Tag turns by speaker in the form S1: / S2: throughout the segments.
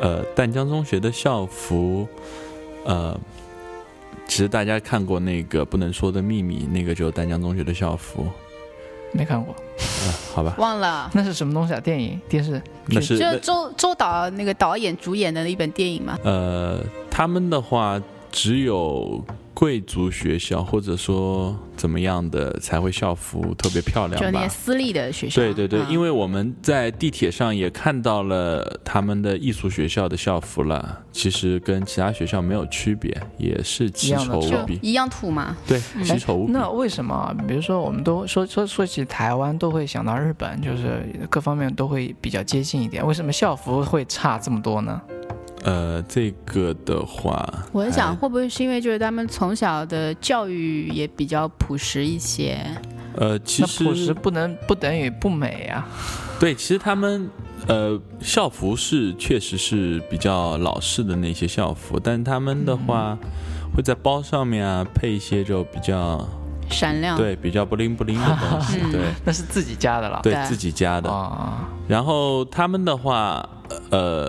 S1: 呃，淡江中学的校服，呃，其实大家看过那个《不能说的秘密》，那个就是淡江中学的校服，
S2: 没看过，
S1: 呃、好吧？
S3: 忘了，
S2: 那是什么东西啊？电影、电视？
S1: 那是
S3: 嗯就是
S1: 那
S3: 周周导那个导演主演的一本电影嘛。
S1: 呃，他们的话只有贵族学校或者说怎么样的才会校服特别漂
S3: 就
S1: 亮
S3: 那
S1: 吧
S3: 些？嗯私立的学校，
S1: 对对对，因为
S3: 为
S1: 我们在地铁上也看到了他们的艺术学校的校服了，其实跟其他学校没有区别，也是奇丑
S2: 一
S1: 无
S3: 就
S1: 比，
S3: 一样土嘛，
S1: 对，
S3: 嗯
S1: 奇丑无比。
S2: 那为什么啊？比如说，我们都说说说起台湾，都会想到日本，就是各方面都会比较接近一点。为什么校服会差这么多呢？
S1: 呃，这个的话，
S3: 我在想，
S1: 还，
S3: 会不会是因为就是他们从小的教育也比较朴实一些？
S1: 呃，其
S2: 那朴实
S1: 实
S2: 不能不等于不美啊。
S1: 对，其实他们呃校服是确实是比较老式的那些校服，但他们的话、
S3: 嗯
S1: 会在包上面啊配一些就比较
S3: 闪亮，
S1: 对比较不灵不灵的东西，
S3: 嗯
S1: 对
S2: 那是自己家的了。
S1: 对
S3: 对
S1: 自己家的。
S2: 啊，
S1: 然后他们的话，呃，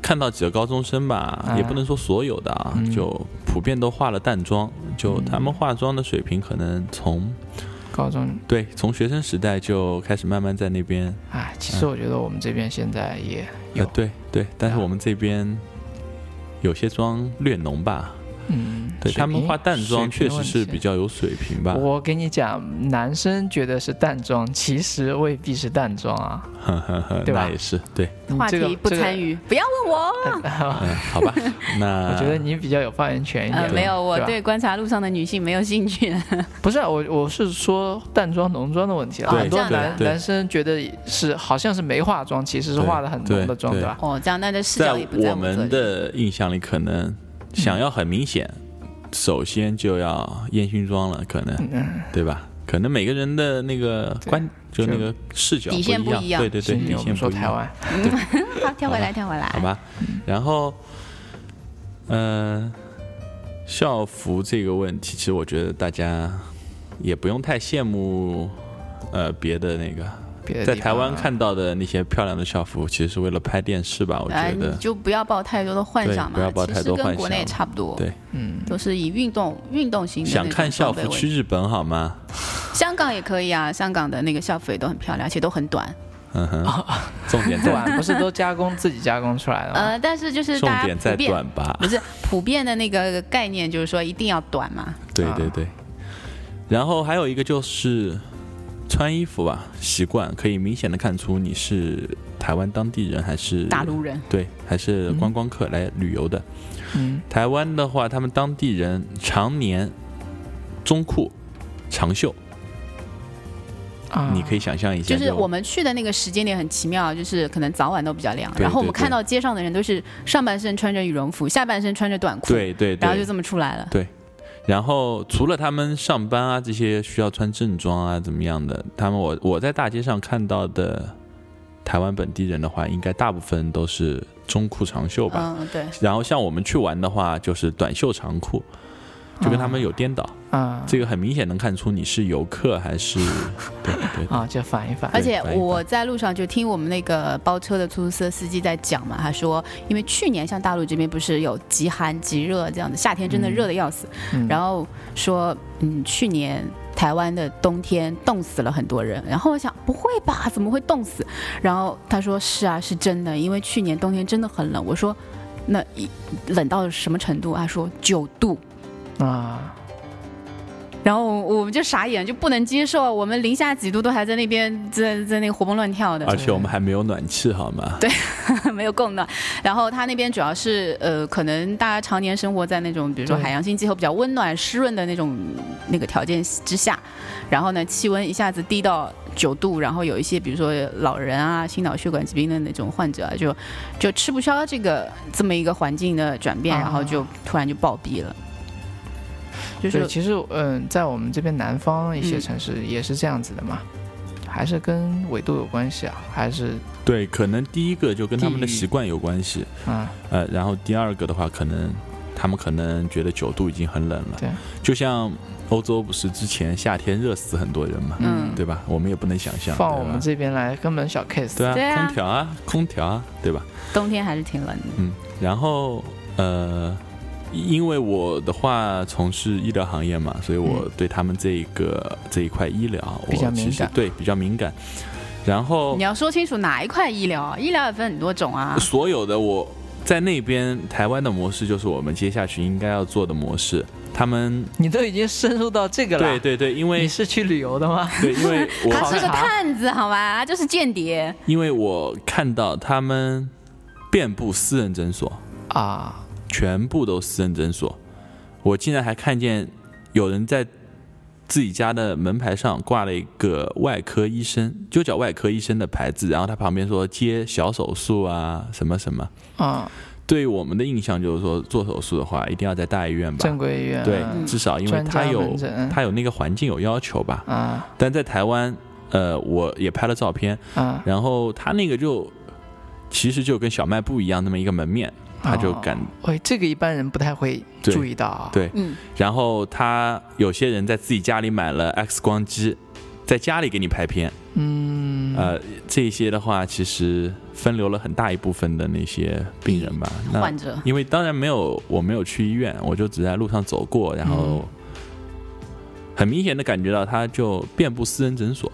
S1: 看到几个高中生吧，
S2: 嗯
S1: 也不能说所有的啊，
S2: 嗯
S1: 就普遍都化了淡妆，就
S2: 嗯
S1: 他们化妆的水平可能从
S2: 高中
S1: 对从学生时代就开始慢慢在那边，
S2: 哎，其实我觉得我们这边现在也有
S1: 呃，，对对，但是我们这边有些妆略浓吧，
S2: 嗯，
S1: 对
S2: 水
S1: 他们
S2: 平
S1: 化淡妆
S2: 水
S1: 确
S2: 平
S1: 实
S2: 问
S1: 是
S2: 题
S1: 比较有水平吧，
S2: 我跟你讲，男生觉得是淡妆，其实未必是淡妆啊。
S1: 呵呵呵，
S2: 对吧
S1: 那也是对，
S2: 你
S3: 话
S2: 这个
S3: 题不参。与，不要问我。
S1: 嗯，好 吧，那
S2: 这个啊我觉得你比较有发言
S1: 哎
S2: 权一点
S3: 呃，
S2: 吧。
S3: 没有，我
S2: 吧
S3: 对观察路上的女性没有 兴趣。
S2: 不是啊我，我是说淡妆浓妆的问题了。
S1: 对
S2: 很多
S3: 这样子啊
S2: 男
S1: 对
S2: 男生觉得是好像是没化妆，其实是化的很浓的妆，
S1: 对
S2: 对吧？
S3: 哦，这样那这视
S1: 在
S3: 角也不在
S1: 我
S3: 们
S1: 们
S3: 这里。
S1: 的印象里，可能想要很明显，首先就要烟熏妆了，可能
S2: 嗯，
S1: 对吧？可能每个人的那个
S2: 对
S1: 观，就
S2: 就
S1: 那个视角
S3: 底线不一
S1: 样，
S3: 样
S1: 对对对，
S2: 是
S1: 底
S2: 我
S1: 线
S2: 们
S1: 不
S2: 说
S1: 一
S2: 台
S1: 样，
S2: 湾，
S3: 好，跳回来，跳回来。
S1: 好吧？
S3: 嗯
S1: 然后，呃，校服这个问题，其实我觉得大家也不用太羡慕，呃，别的那个。
S2: 别的
S1: 在
S2: 地
S1: 台湾
S2: 方啊
S1: 看到的那些漂亮的校服，其实是为了拍电视吧？我
S3: 哎，
S1: 觉
S3: 你
S1: 得，
S3: 就不要抱太多的幻想
S1: 对
S3: 嘛，
S1: 不要抱太多
S3: 其实
S1: 幻
S3: 跟
S1: 想
S3: 国内也差不多，
S1: 对
S2: 嗯，
S3: 都是以运动运动型的那
S1: 想
S3: 种
S1: 看校
S3: 装备
S1: 服
S3: 为
S1: 去日本好吗？
S3: 香港也可以啊，香港的那个校服也都很漂亮，而且都很短。
S1: 嗯哼，
S3: 哦
S1: 重点在
S2: 啊短不是都加工自己加工出来的吗？
S3: 呃，但是 就是
S1: 啊重
S3: 大家
S1: 点在
S3: 普遍啊
S1: 短吧？
S3: 不是普遍的那个概念，就是说一定要短嘛。
S1: 对对对。然后还有一个就是穿衣服吧，习惯可以明显的看出你是台湾当地人还是
S3: 大陆人
S1: 对，还是
S3: 嗯
S1: 观光客来旅游的。
S2: 嗯，
S1: 台湾的话，他们当地人常年中裤、长袖，
S2: 啊，
S1: 你可以想象一下
S3: 就
S1: 这种，
S3: 是我们去的那个时间点很奇妙，就是可能早晚都比较凉。
S1: 对
S3: 然后我们
S1: 对对
S3: 看到街上的人都是上半身穿着羽绒服，下半身穿着短裤，
S1: 对对
S3: 然后就
S1: 对。
S3: 这么出来了。
S1: 然后除了他们上班啊这些需要穿正装啊怎么样的，他们我我在大街上看到的台湾本地人的话，应该大部分都是中裤长袖吧。
S3: 嗯，对，
S1: 然后像我们去玩的话，就是短袖长裤，就跟他们有颠倒，
S2: 啊
S1: 这个很明显能看出你是游客还 是对对对
S2: 啊，就反一反
S3: 而且
S1: 反映
S3: 我在路上就听我们那个包车的出租车司机在讲嘛，他说，因为去年像大陆这边不是有极寒极热这样的，夏天真的热的要死，
S2: 嗯
S3: 然后说，嗯，去年台湾的冬天冻死了很多人。然后我想，不会吧，怎么会冻死？然后他说是啊，是真的，因为去年冬天真的很冷。我说，那一冷到什么程度？他说九度。
S2: 啊，
S3: 然后我们就傻眼，就不能接受，我们零下几度都还在那边在在那个活蹦乱跳的。
S1: 而且我们还没有暖气，好吗？对，
S3: 没有供暖。然后它那边主要是呃，可能大家常年生活在那种比如说
S2: 对
S3: 海洋性气候比较温暖、湿润的那种那个条件之下，然后呢气温一下子低到九度，然后有一些比如说老人啊、心脑血管疾病的那种患者啊，就就吃不消这个这么一个环境的转变，
S2: 啊
S3: 然后就突然就暴毙了。就是
S2: 对，其实嗯，在我们这边南方一些
S3: 嗯
S2: 城市也是这样子的嘛，还是跟纬度有关系啊，还是
S1: 可能第一个就跟他们的
S2: 地域
S1: 习惯有关系，
S2: 啊，
S1: 呃，然后第二个的话，可能他们可能觉得九度已经很冷了，
S2: 对
S1: 就像欧洲不是之前夏天热死很多人嘛，
S3: 嗯
S1: 对吧？我们也不能想象，
S2: 放
S1: 对
S2: 我
S1: 吧
S2: 们这边来根本小 case。
S1: 对啊，
S3: 对啊
S1: 空调啊，空调啊，对吧？
S3: 冬天还是挺冷的。
S1: 嗯，然后呃，因为我的话从事医疗行业嘛，所以我对他们这一个、这一块医疗
S2: 嗯比较
S1: 我其
S2: 敏
S1: 实
S2: 感
S1: 对比较敏感。然后
S2: 哦
S3: 你要说清楚哪一块医疗，啊医疗也分很多种啊。
S1: 所有的我在那边台湾的模式，就是我们接下去应该要做的模式。他们
S2: 你都已经深入到这个
S1: 对
S2: 了，
S1: 对对，因
S2: 你
S1: 为
S2: 是去旅游的吗？
S1: 对因为
S3: 他
S1: 我
S3: 是个
S2: 考察
S3: 探子，好吧，就是间谍。
S1: 因为我看到他们遍布私人诊所，
S2: 啊，
S1: 全部都私人诊所。我竟然还看见有人在自己家的门牌上挂了一个外科医生，就叫外科医生的牌子，然后他旁边说接小手术啊，什么什么。
S2: 啊，
S1: 对于我们的印象就是说，做手术的话一定要在大医院吧，
S2: 正规医院，
S1: 对，
S2: 嗯
S1: 至少因为
S2: 专
S1: 他
S2: 家
S1: 有
S2: 门诊
S1: 他有那个环境有要求吧。
S2: 啊
S1: 但在台湾，呃，我也拍了照片，
S2: 啊，
S1: 然后他那个就其实就跟小卖部一样那么一个门面，他就
S2: 哦
S1: 敢
S2: 喂，这个一般人不太会
S1: 对
S2: 注意到啊。
S1: 对
S3: 嗯，
S1: 然后他有些人在自己家里买了 X 光机，在家里给你拍片。
S2: 嗯，
S1: 呃，这些的话其实分流了很大一部分的那些病人吧。
S2: 哎
S1: 那
S3: 患者
S1: 因为当然没有，我没有去医院，我就只在路上走过，然
S2: 嗯
S1: 后很明显的感觉到他就遍布私人诊所，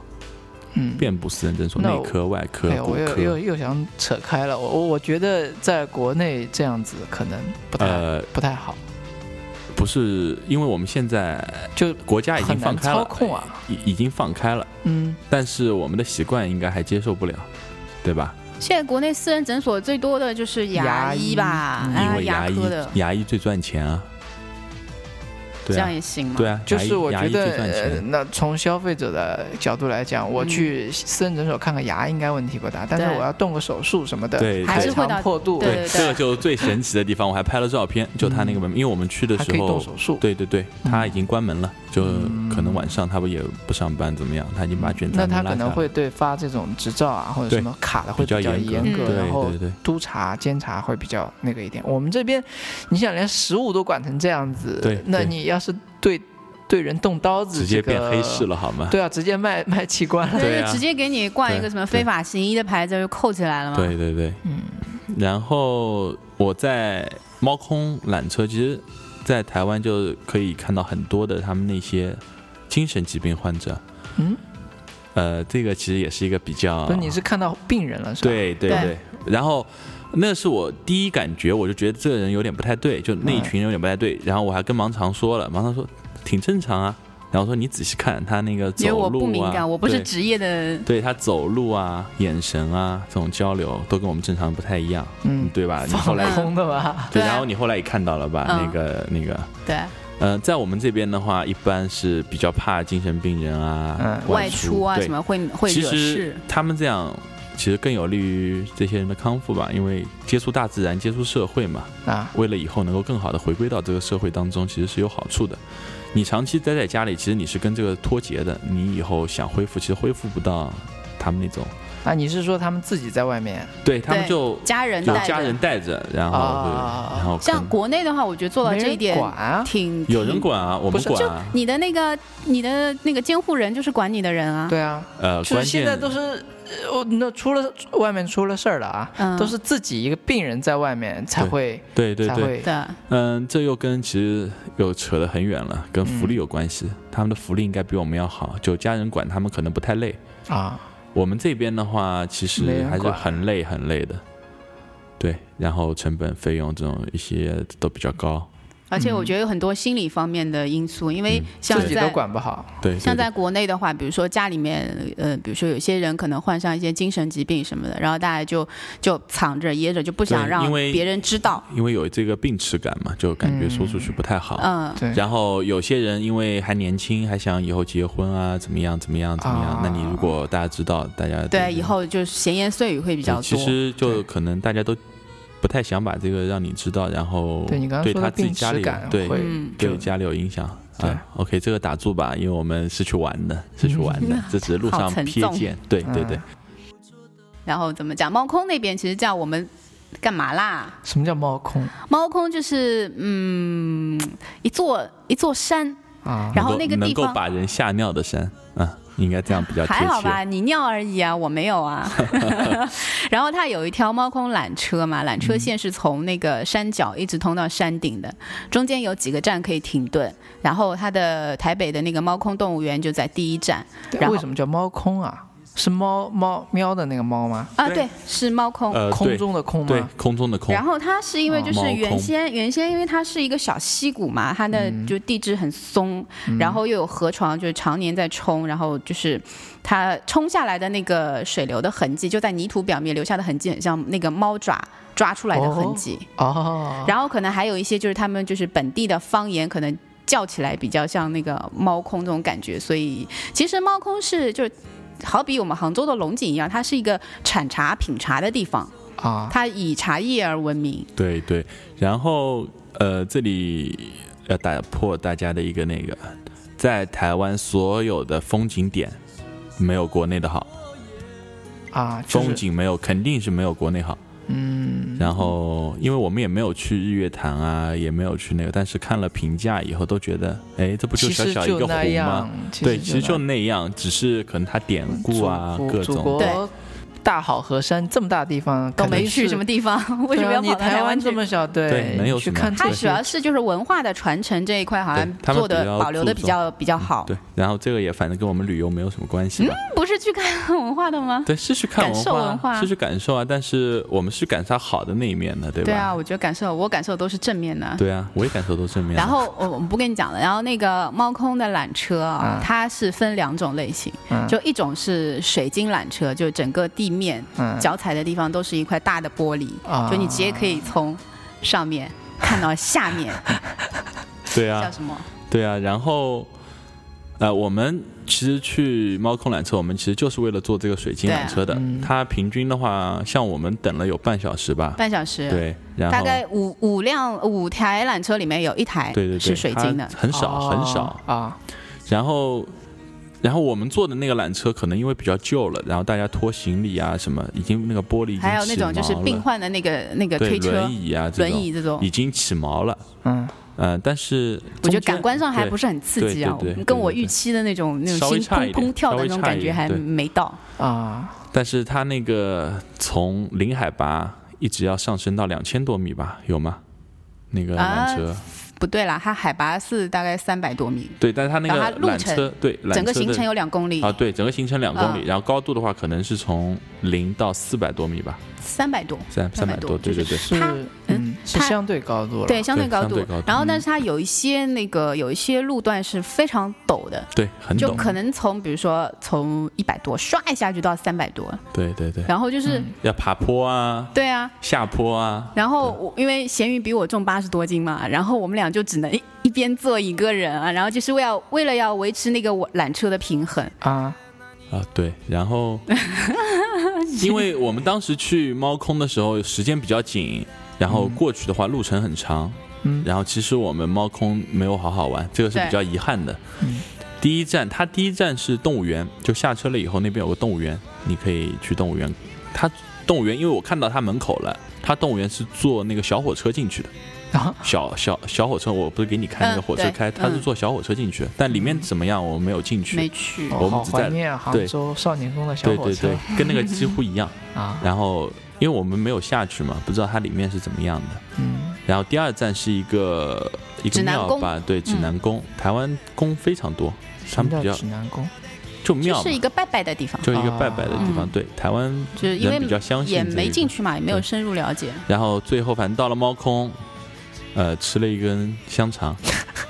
S2: 嗯，
S1: 遍布私人诊所，
S2: 那
S1: 内
S2: 我
S1: 科、外科
S2: 哎、呀，
S1: 骨
S2: 我又又
S1: 科。
S2: 又想扯开了。我我我觉得在国内这样子可能不太、
S1: 呃，
S2: 不太好，
S1: 不是，因为我们现在
S2: 就
S1: 国家已经
S2: 很
S1: 放
S2: 难
S1: 开
S2: 操
S1: 了，哎
S2: 控啊。
S1: 已已经放开了，
S2: 嗯，
S1: 但是我们的习惯应该还接受不了，对吧？
S3: 现在国内私人诊所最多的就是牙
S2: 牙
S3: 医
S2: 医
S3: 吧，
S2: 嗯
S3: 啊
S1: 因为牙医
S3: 科的，
S1: 牙医最赚钱啊。
S3: 这
S1: 对
S3: 样
S1: 啊，
S3: 也行嘛。
S1: 对啊，
S2: 就
S1: 牙医
S2: 是我
S1: 牙
S2: 觉
S1: 医
S2: 得
S1: 最赚
S2: 呃，
S1: 钱。
S2: 那从消费者的角度来讲，我
S3: 嗯
S2: 去私人诊所看个牙应该问题不大，但是
S3: 对
S2: 我要动个手术什么的，
S1: 对
S2: 开
S3: 还是会到
S2: 肠破肚，
S3: 对对嗯
S1: 这个就是最神奇的地方，我还拍了照片，就他那个门，因为我们去的
S2: 还可
S1: 时
S2: 以动
S1: 候，
S2: 手术。
S1: 对对对，他已经关门了，就
S2: 嗯
S1: 可能晚上他不也不上班怎么样，他已经把卷
S2: 那
S1: 闸门
S2: 他
S1: 拉
S2: 可能
S1: 下来
S2: 会对发这种执照啊或者
S1: 对
S2: 什么卡的会
S1: 比较
S2: 较
S1: 严格
S2: 严格，
S3: 嗯
S2: 然后
S1: 对对对
S2: 督查监察会比较那个一点。我们这边，你想连食物都管成这样子，
S1: 对
S2: 那
S1: 对
S2: 你要是对对人动刀子、
S1: 直接变黑市
S2: 了，
S1: 了好吗？
S2: 对啊，直接卖卖器官了。
S1: 对啊
S3: 就直接给你挂一个什么非法行医的牌子就扣起来了嘛。
S1: 对对对，
S2: 嗯，
S1: 然后我在猫空缆车，其实，在台湾就可以看到很多的他们那些精神疾病患者。
S2: 嗯，
S1: 呃，这个其实也是一个比较，
S2: 不是，你是看到病人了是吧？，
S1: 啊对对
S3: 对
S1: 对。然后那是我第一感觉，我就觉得这个人有点不太对，就那一群人有点不太
S3: 嗯
S1: 对。然后我还跟盲肠说了，盲肠说挺正常啊。然后说你仔细看他那个走
S3: 因为
S1: 路啊，
S3: 我不敏感，我不是
S1: 对
S3: 职业的。
S1: 对他走路啊、眼神啊这种交流都跟我们正常人不太一样，
S2: 嗯，
S1: 对吧？你后
S2: 放
S1: 来
S2: 空的吧？
S1: 对，
S3: 对啊
S1: 然后你后来也看到了吧？
S3: 嗯
S1: 那个那个，
S3: 对，
S1: 呃，在我们这边的话，一般是比较怕精神病人啊
S2: 嗯，
S3: 外
S1: 出
S3: 出啊
S1: 对
S3: 什么会会
S1: 其
S3: 惹
S1: 实
S3: 事。
S1: 他们这样其实更有利于这些人的康复吧，因为接触大自然、接触社会嘛，
S2: 啊，
S1: 为了以后能够更好的回归到这个社会当中，其实是有好处的。你长期待在家里，其实你是跟这个脱节的，你以后想恢复，其实恢复不到他们那种，
S2: 那你是说他们自己在外面
S1: 对他们
S3: 对
S1: 就
S3: 家人
S1: 有
S3: 带
S1: 家
S3: 着
S1: 人带着，然后
S2: 啊
S1: 对，然后可
S3: 像
S1: 能
S3: 国内的话，我觉得做到
S2: 没
S3: 这一
S2: 人
S3: 点
S2: 管啊？
S3: 挺
S1: 有人
S3: 挺
S1: 管啊，我们
S2: 不是
S1: 管
S3: 就
S1: 啊，
S3: 你的那个你的那个监护人就是管你的人啊。
S2: 对啊，
S1: 呃，
S2: 就是
S1: 关
S2: 现
S1: 键
S2: 在都是，呃哦，那出了外面出了事儿了啊，
S3: 嗯
S2: 都是自己一个病人在外面才
S1: 对
S2: 会
S1: 对对
S2: 才
S1: 对，
S2: 会
S3: 对，
S1: 嗯，这又跟其实又扯得很远了，跟
S2: 嗯
S1: 福利有关系。他们的福利应该比我们要好，就家人管他们可能不太累。
S2: 啊，
S1: 我们这边的话，其
S2: 没
S1: 实
S2: 人
S1: 还是
S2: 管
S1: 很累很累的。对，然后成本、费用这种一些都比较高。
S3: 而且
S2: 嗯
S3: 我觉得有很多心理方面的因素，因为
S1: 嗯
S3: 像
S2: 自己都
S3: 在
S2: 管不好。
S1: 对，
S3: 像
S1: 对
S3: 在国内的话，比如说家里面，呃，比如说有些人可能患上一些精神疾病什么的，然后大家就就藏着掖着，就不想
S1: 对
S3: 让
S1: 因为
S3: 别人知道。
S1: 对因为有这个病耻感嘛，就感觉说出去不太好。
S3: 嗯，
S2: 对，
S1: 然后有些人因为还年轻，还想以后结婚啊，怎么样怎么样怎么样。
S2: 啊
S1: 那你如果大家知道，大家
S3: 对，以后就是闲言碎语会比
S1: 对
S3: 较
S1: 其
S3: 多。
S1: 实就
S2: 对
S1: 可能大家都不太想把这个让你知道，然后
S2: 对你刚刚
S1: 对
S2: 说
S1: 他
S2: 的
S1: 自己
S2: 病
S1: 家
S2: 耻
S1: 里
S2: 感
S1: 对
S2: 会
S3: 嗯
S1: 对
S2: 就
S1: 家里有影响。
S2: 对
S1: 啊，OK，这个打住吧，因为我们是去玩的，是去玩的，这只是路
S3: 好
S1: 上
S3: 沉
S1: 瞥
S3: 重
S1: 见。对对对
S2: 嗯，
S3: 然后怎么讲？猫空那边其实叫我们干嘛啦？
S2: 什么叫猫空？
S3: 猫空就是嗯，一座一座山，
S2: 啊，
S3: 然后那个
S1: 能
S3: 地
S1: 够
S3: 方
S1: 把人吓尿的山，嗯，应该这样比较贴
S3: 还好吧，
S1: 切。
S3: 你尿而已啊，我没有啊。 然后它有一条猫空缆车嘛，缆车线是从那个山脚一直通到山顶的，中间有几个站可以停顿。然后它的台北的那个猫空动物园就在第一站然后
S2: 为什么叫猫空啊？是猫猫喵的那个猫吗？
S3: 啊，
S1: 对
S3: 对，是猫空。
S1: 呃，
S2: 空
S1: 对
S2: 中的空
S1: 对
S2: 吗？
S1: 空中的空
S3: 然，后它是因为就是
S1: 猫空
S3: 原先、原先因为它是一个小溪谷嘛，它的就地质很松，然后又有河床，就是常年在冲，然后就是它冲下来的那个水流的痕迹，就在泥土表面留下的痕迹，很像那个猫爪抓出来的痕迹。
S2: 哦，
S3: 然后可能还有一些就是他们就是本地的方言，可能叫起来比较像那个猫空这种感觉，所以其实猫空是就是好比我们杭州的龙井一样，它是一个产茶品茶的地方，
S2: 啊，
S3: 它以茶叶而闻名。
S1: 对对。然后呃，这里要打破大家的一个那个，在台湾所有的风景点没有国内的好，
S2: 啊，就是
S1: 风景没有肯定是没有国内好。
S2: 嗯，
S1: 然后，因为我们也没有去日月潭啊，也没有去那个，但是看了评价以后都觉得，哎，这不就
S2: 其
S1: 小
S2: 实
S1: 小一
S2: 就
S1: 个湖
S2: 那样
S1: 吗？，对，
S2: 对，
S1: 其实就
S2: 那嗯
S1: 那样，只是可能它典故啊
S2: 祖
S1: 各
S2: 祖
S1: 种
S2: 国
S1: 的。
S3: 对
S2: 大好河山这么大地方
S3: 都
S2: 可能
S3: 没去
S2: 是
S3: 什么地 方，为
S2: 对
S3: 什
S2: 啊
S3: 么要
S2: 你
S3: 跑到
S2: 台
S3: 湾去
S2: 这？么小？对
S1: 对没有
S2: 你去
S1: 什么
S2: 看
S3: 它
S2: 这
S3: 主
S2: 些
S3: 要是就是文化的传承这一块，好
S1: 对
S3: 像
S1: 他们
S3: 做
S1: 比
S3: 的
S1: 较
S3: 保留的比
S1: 注重
S3: 较比较好，
S1: 对，然后这个也反正跟我们旅游没有什么关系吧？
S3: 嗯不是去看文化的 吗？
S1: 对，是去看
S3: 感
S1: 文
S3: 受
S1: 化，
S3: 文化
S1: 是去感受啊。但是我们是感受它好的那一面的，对吧？
S3: 对啊，我觉得感受我感受都是正面的。
S1: 对啊，我也感受都正面的。
S3: 然后我我们不跟你讲了，然后那个猫空的缆车啊，
S2: 嗯
S3: 它是分两种类型，
S2: 嗯
S3: 就一种是水晶缆车，就整个地面
S2: 嗯
S3: 脚踩的地方都是一块大的玻璃，
S2: 啊
S3: 就你直接可以从上面看到下面，
S1: 啊对啊
S3: 叫，什么？
S1: 对啊，然后，呃，我们其实去猫空缆车，我们其实就是为了坐这个水晶缆车的。
S3: 啊
S1: 它平均的话，像我们等了有半小时吧，
S3: 嗯半小时。
S1: 对，然后
S3: 大概五五辆五台缆车里面有一台
S1: 对对对，
S3: 是水晶的
S1: 它，很少很少。
S2: 哦啊，
S1: 然后，然后我们坐的那个缆车可能因为比较旧了，然后大家拖行李啊什么，已经那个玻璃已经
S3: 还有那种
S1: 起
S3: 就
S1: 毛
S3: 是病
S1: 了
S3: 患的那个那个
S1: 对
S3: 推车
S1: 轮、椅啊这
S3: 轮
S1: 种
S3: 椅这种
S1: 已，经起毛了。
S2: 嗯，
S1: 呃，但是
S3: 哦我觉
S1: 中
S3: 得
S1: 间
S3: 感官上还
S1: 对
S3: 不是很刺激啊
S1: 对对对，对
S3: 跟我
S1: 对对
S3: 预期的那种那
S1: 稍
S3: 种
S1: 微
S3: 心
S1: 差一
S3: 砰
S1: 点
S3: 砰跳的那
S1: 稍
S3: 种
S1: 微差一
S3: 感觉
S1: 点
S3: 还
S1: 对
S3: 没到。
S2: 啊，
S1: 但是它那个从零海拔一直要上升到两千多米吧，有吗？那个
S3: 啊
S1: 缆车，
S3: 不对啦，它海拔是大概三百多米，
S1: 对，但是它那
S3: 然后它
S1: 个
S3: 路
S1: 缆
S3: 程
S1: 车，对，缆车
S3: 整个行
S1: 的
S3: 程有两公里
S1: 啊，，对，整个行程两公里，
S3: 嗯
S1: 然后高度的话可能是从零到四百多米吧，
S3: 三百多。
S1: 三三百
S3: 300多
S1: 多，对对对，
S2: 是
S3: 它
S2: 嗯是
S3: 它
S2: 相对高度了，
S3: 对，相对
S1: 对
S3: 高
S1: 相
S3: 度
S1: 对高度，嗯
S3: 然后但是它有一些那个有一些路段是非常陡的，
S1: 对，很
S3: 就
S1: 陡，
S3: 可能从比如说从一百多唰一下就到三百多，
S1: 对对嗯对，
S3: 然后就是、
S1: 要爬坡啊，
S3: 对啊，
S1: 下坡啊，
S3: 然后我因为咸鱼比我重八十多斤嘛，然后我们俩就只能一一边坐一个人啊，然后就是为了为了要维持那个我缆车的平衡，
S2: 啊，
S1: 啊，对，然后，因为我们当时去猫空的时候时间比较紧，然后过去的话路程很长，
S2: 嗯
S1: 然后其实我们猫空没有好好玩，这个是
S3: 对
S1: 比较遗憾的
S2: 嗯。
S1: 第一站，它第一站是动物园，就下车了以后那边有个动物园，你可以去动物园。它动物园，因为我看到它门口了，它动物园是坐那个小火车进去的。
S2: 啊
S1: 小小小火车，我不是给你看那个
S3: 嗯
S1: 火车
S3: 对
S1: 开，它是
S3: 嗯
S1: 坐小火车进去的，但里面怎么样我没有进去。
S3: 没去。
S2: 哦
S1: 我们
S2: 好
S1: 只在
S2: 怀念杭
S1: 对
S2: 州少年宫的小
S1: 对
S2: 火
S1: 对
S2: 车
S1: 对，跟那个几乎一样。
S2: 啊，
S1: 然后因为我们没有下去嘛，不知道它里面是怎么样的。
S2: 嗯
S1: 然后第二站是一个一个
S3: 指南
S1: 庙
S3: 宫嗯
S1: 吧，对，指南宫，台湾宫非常多，他
S2: 什么
S1: 们比
S3: 哦
S2: 叫
S1: 较
S2: 指南宫
S1: 就
S3: 就
S1: 庙嘛
S3: 是，一个拜拜的地方，
S1: 就一个拜拜的地方，
S3: 嗯
S1: 对，台湾
S3: 就是因为
S1: 人比较相信
S3: 也
S1: 这一
S3: 没
S1: 个
S3: 进。去嘛，也没有
S1: 对
S3: 深入了解。
S1: 然后最后反正到了猫空，呃，吃了一根香 肠，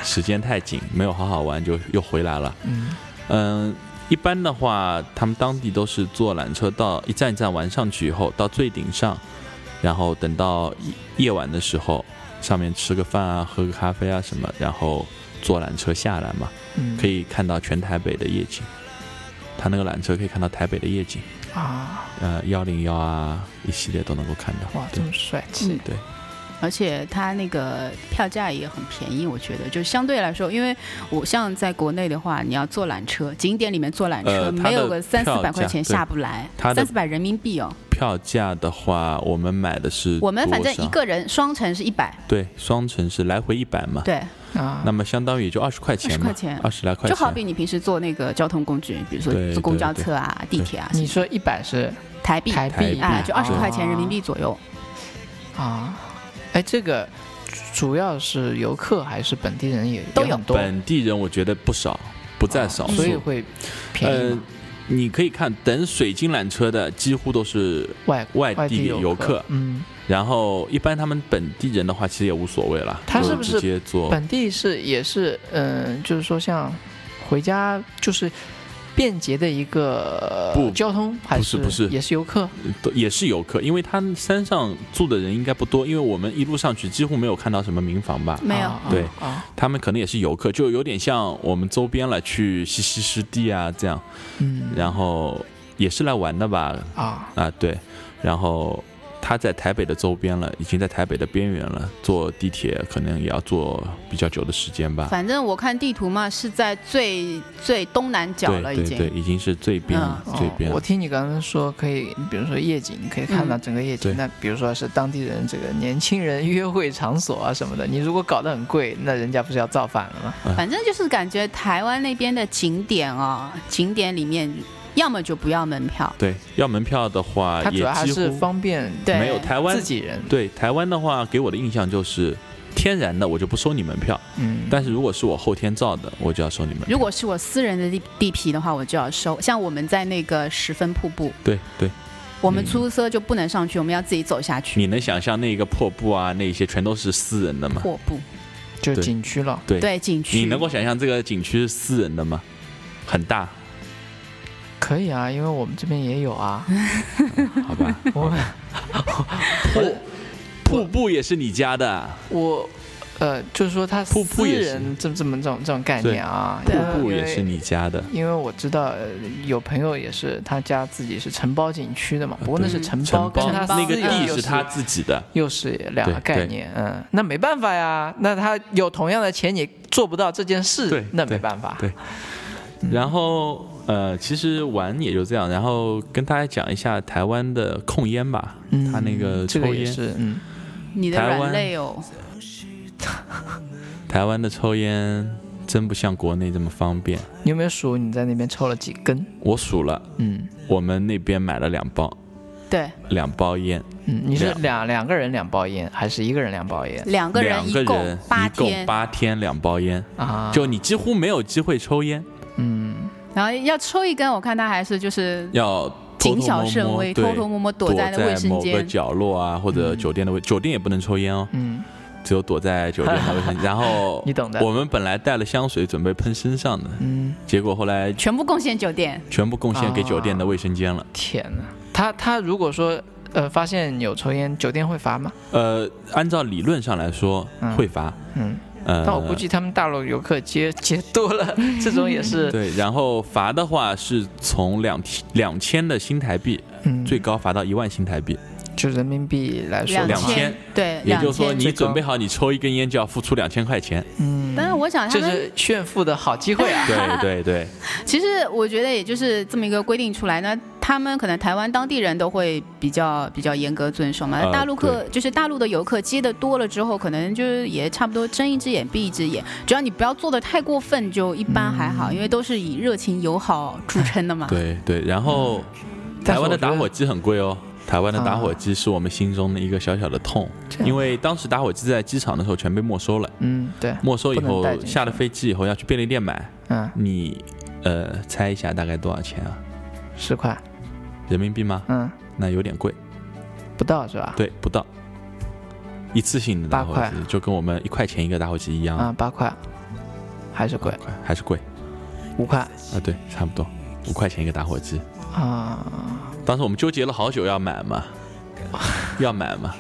S1: 时间太紧，没有好好玩，就又回来了。
S2: 嗯
S1: 嗯，一般的话，他们当地都是坐缆车到一站一站玩上去以后，到最顶上，然后等到夜晚的时候，上面吃个饭啊，喝个咖啡啊什么，然后坐缆车下来嘛，
S2: 嗯
S1: 可以看到全台北的夜景。他那个缆车可以看到台北的夜景，
S2: 啊，
S1: 呃，幺零幺啊，一系列都能够看到。
S2: 哇，这
S1: 对
S2: 么帅气
S3: 嗯，而且它那个票价也很便宜，我觉得就相对来说，因为我像在国内的话，你要坐缆车，景点里面坐缆车，
S1: 呃它的
S3: 没有个三四
S1: 票
S3: 百
S1: 价
S3: 块钱
S1: 对
S3: 下不来，
S1: 它的
S3: 三四百人民币哦，
S1: 票价的话，我们买的是
S3: 我们反
S1: 多
S3: 正一
S1: 少啊
S3: 个人双程是一百，
S1: 对双程是来回一百嘛，
S3: 对，
S2: 啊
S1: 那，么相当于也就二十块钱
S3: 20
S1: 嘛，
S3: 块钱
S1: 二十来块
S3: 就
S1: 钱，
S3: 好比你平时坐那个交通工具，比如说
S1: 对
S3: 坐公
S1: 对
S3: 交
S1: 对
S3: 车啊、地
S1: 对
S3: 铁啊，
S2: 你说一百是
S3: 台币
S2: 台
S1: 台
S2: 币
S1: 币
S3: 啊，就二十
S1: 啊
S3: 块钱人民币左右。
S2: 啊？哎，这个主要是游客还是本地人也
S3: 都有
S2: 也很多
S1: 本地人我觉得不少，不在少数。
S2: 哦所以会便宜
S1: 呃
S2: 嘛，
S1: 你可以看等水晶缆车的几乎都是
S2: 外
S1: 呃外
S2: 外
S1: 地
S2: 地
S1: 游
S2: 客
S1: 客，，
S2: 嗯，
S1: 然后一般他们本地人的话其实也无所谓了，
S2: 他
S1: 就是
S2: 不是
S1: 直接坐？
S2: 本地是也是，嗯、就是说像回家就是便捷的一个
S1: 不
S2: 交通，还
S1: 不是不是
S2: 也是游客
S1: 都也是游客，因为他山上住的人应该不多，因为我们一路上去几乎没有看到什么民房吧。
S3: 没有
S2: 啊、
S1: 对
S2: 啊，
S1: 他们可能也是游客，就有点像我们周边了去西溪湿地啊这样，
S2: 嗯
S1: 然后也是来玩的吧？
S2: 啊
S1: 啊对，然后他在台北的周边了，已经在台北的边缘了，坐地铁可能也要坐比较久的时间吧。
S3: 反正我看地图嘛，是在最最东南角了，已
S1: 对对
S3: 经。
S1: 对，已经是最边、
S3: 嗯
S1: 最边
S2: 哦。我听你刚刚说可以，比如说夜景，你可以看到
S3: 嗯
S2: 整个夜景。
S1: 对
S2: 那比如说是当地人这个年轻人约会场所啊什么的，你如果搞得很贵，那人家不是要造反了吗？
S3: 反正就是感觉台湾那边的景点啊、景点里面，要么就不要门票，
S1: 对，要门票的话
S2: 它
S1: 啊
S2: 主
S1: 也
S2: 要还
S1: 几
S2: 是
S1: 乎
S2: 方便
S3: 对
S1: 没有台湾
S2: 自己人，
S1: 对台湾的话，给我的印象就是天然的我就不收你门票，
S2: 嗯，
S1: 但是如果是我后天造的，我就要收你门票。
S3: 如果是我私人的地地皮的话，我就要收。像我们在那个十分瀑布，
S1: 对对，
S3: 我们出租车就不能上去，我们要自己走下去。
S1: 你能想象那个破布啊，那些全都是私人的吗？
S3: 破布，
S2: 就
S1: 对
S2: 景区了。
S1: 对，
S3: 对景区，
S1: 你能够想象这个景区是私人的吗？很大，
S2: 可以啊，因为我们这边也有 啊。
S1: 好吧？
S2: 我
S1: 瀑瀑布也是你家的啊，
S2: 我，呃，就是说他
S1: 瀑布
S2: 私
S1: 也是
S2: 人这这么这种这种概
S1: 对
S2: 念啊，
S3: 对
S1: 瀑布
S2: 因为
S1: 也是。你家的，
S2: 因为我知道呃有朋友也是，他家自己是承包景区的嘛，不过那是
S3: 对
S2: 承包
S1: 承
S2: 跟
S1: 包
S2: 他
S3: 承包
S1: 那个
S2: 私人
S1: 地
S2: 又
S1: 是他自己的，
S2: 又是两个
S1: 对
S2: 概
S1: 对
S2: 念，嗯，那没办法呀，那他有同样的钱你做不到这件事
S1: 对，
S2: 那没
S1: 对
S2: 办法。
S1: 对然后呃，其实玩也就这样。然后跟大家讲一下台湾的控烟吧，
S2: 嗯，
S1: 他那个
S2: 这个
S1: 抽
S2: 也
S1: 烟，
S2: 是，嗯，
S3: 你的
S1: 台湾
S3: 软肋哦，
S1: 台湾的抽烟真不像国内这么方便。
S2: 你有没有数你在那边抽了几根？
S1: 我数了，
S2: 嗯
S1: 我们那边买了两包，
S3: 对，
S1: 两包烟，
S2: 嗯，你是
S1: 两
S2: 两两个人两包烟，还是一个人两包烟
S3: 两个人
S1: 两
S3: 一
S1: 个
S3: 共
S1: 人
S3: 八
S1: 一共
S3: 天，
S1: 八天两包烟，
S2: 啊？
S1: 就你几乎没有机会抽烟，
S2: 嗯，
S3: 然后要抽一根，我看他还是就是
S1: 要偷
S3: 谨
S1: 偷
S3: 小
S1: 摸
S3: 慎微，
S1: 摸，
S3: 偷
S1: 对，
S3: 偷摸摸躲
S1: 躲
S3: 在那卫生
S1: 某个
S3: 间。
S1: 角落啊，或者酒店的卫，酒店也不能抽烟哦，
S2: 嗯，
S1: 只有躲在酒店的卫 生间。然后
S2: 你懂的
S1: 我们本来带了香水准备喷身上的，
S2: 嗯，
S1: 结果后来
S3: 全部贡献酒店，
S1: 全部贡献给酒店的卫生间了。
S2: 天哪！他他如果说呃发现有抽烟，酒店会罚吗？
S1: 呃，按照理论上来说
S2: 嗯
S1: 会罚，
S2: 嗯，
S1: 呃，
S2: 但我估计他们大陆游客接接多了，这种也是，
S1: 对，然后罚的话是从两两千的新台币，
S2: 嗯，
S1: 最高罚到一万新台币，
S2: 就人民币来说
S3: 两
S2: 的
S1: 两
S2: 话，
S1: 千
S3: 千，对，
S1: 也
S3: 两
S1: 就是说
S3: 千
S1: 你
S2: 最高
S1: 准备好你抽一根烟就要付出两千块 钱。
S2: 嗯，
S3: 但是我想他
S2: 这
S3: 们
S2: 是炫富的好机会啊。
S1: 对对对，
S3: 其实我觉得也就是这么一个规定出来，那他们可能台湾当地人都会比较比较严格遵守嘛。
S1: 呃
S3: 大陆客就是大陆的游客接的多了之后，可能就是也差不多睁一只眼闭一只眼，只要你不要做的太过分，就一般还好，因为都是以热情友好著称的嘛。
S1: 嗯 对对，然后台
S2: 但是我
S1: 湾的
S2: 觉得
S1: 打火机很贵哦。台湾的
S2: 啊
S1: 打火机是我们心中的一个小小的痛，
S2: 这样
S1: 因为当时打火机在机场的时候全被没收了，
S2: 嗯，对，
S1: 没收以
S2: 不能带
S1: 后
S2: 进去
S1: 下了飞机以后要去便利店买，
S2: 嗯，
S1: 你呃猜一下大概多少钱啊？
S2: 十块，
S1: 人民币吗？
S2: 嗯，
S1: 那有点贵，
S2: 不到是吧？
S1: 对，不到。一次性的打火
S2: 八
S1: 机就跟我们一块钱一个打火机一样，
S2: 啊，八块，还是贵，
S1: 快还是贵
S2: 五块
S1: 啊？对，差不多五块钱一个打火机。
S2: 啊，
S1: 当时我们纠结了好久要买 嘛，要买嘛，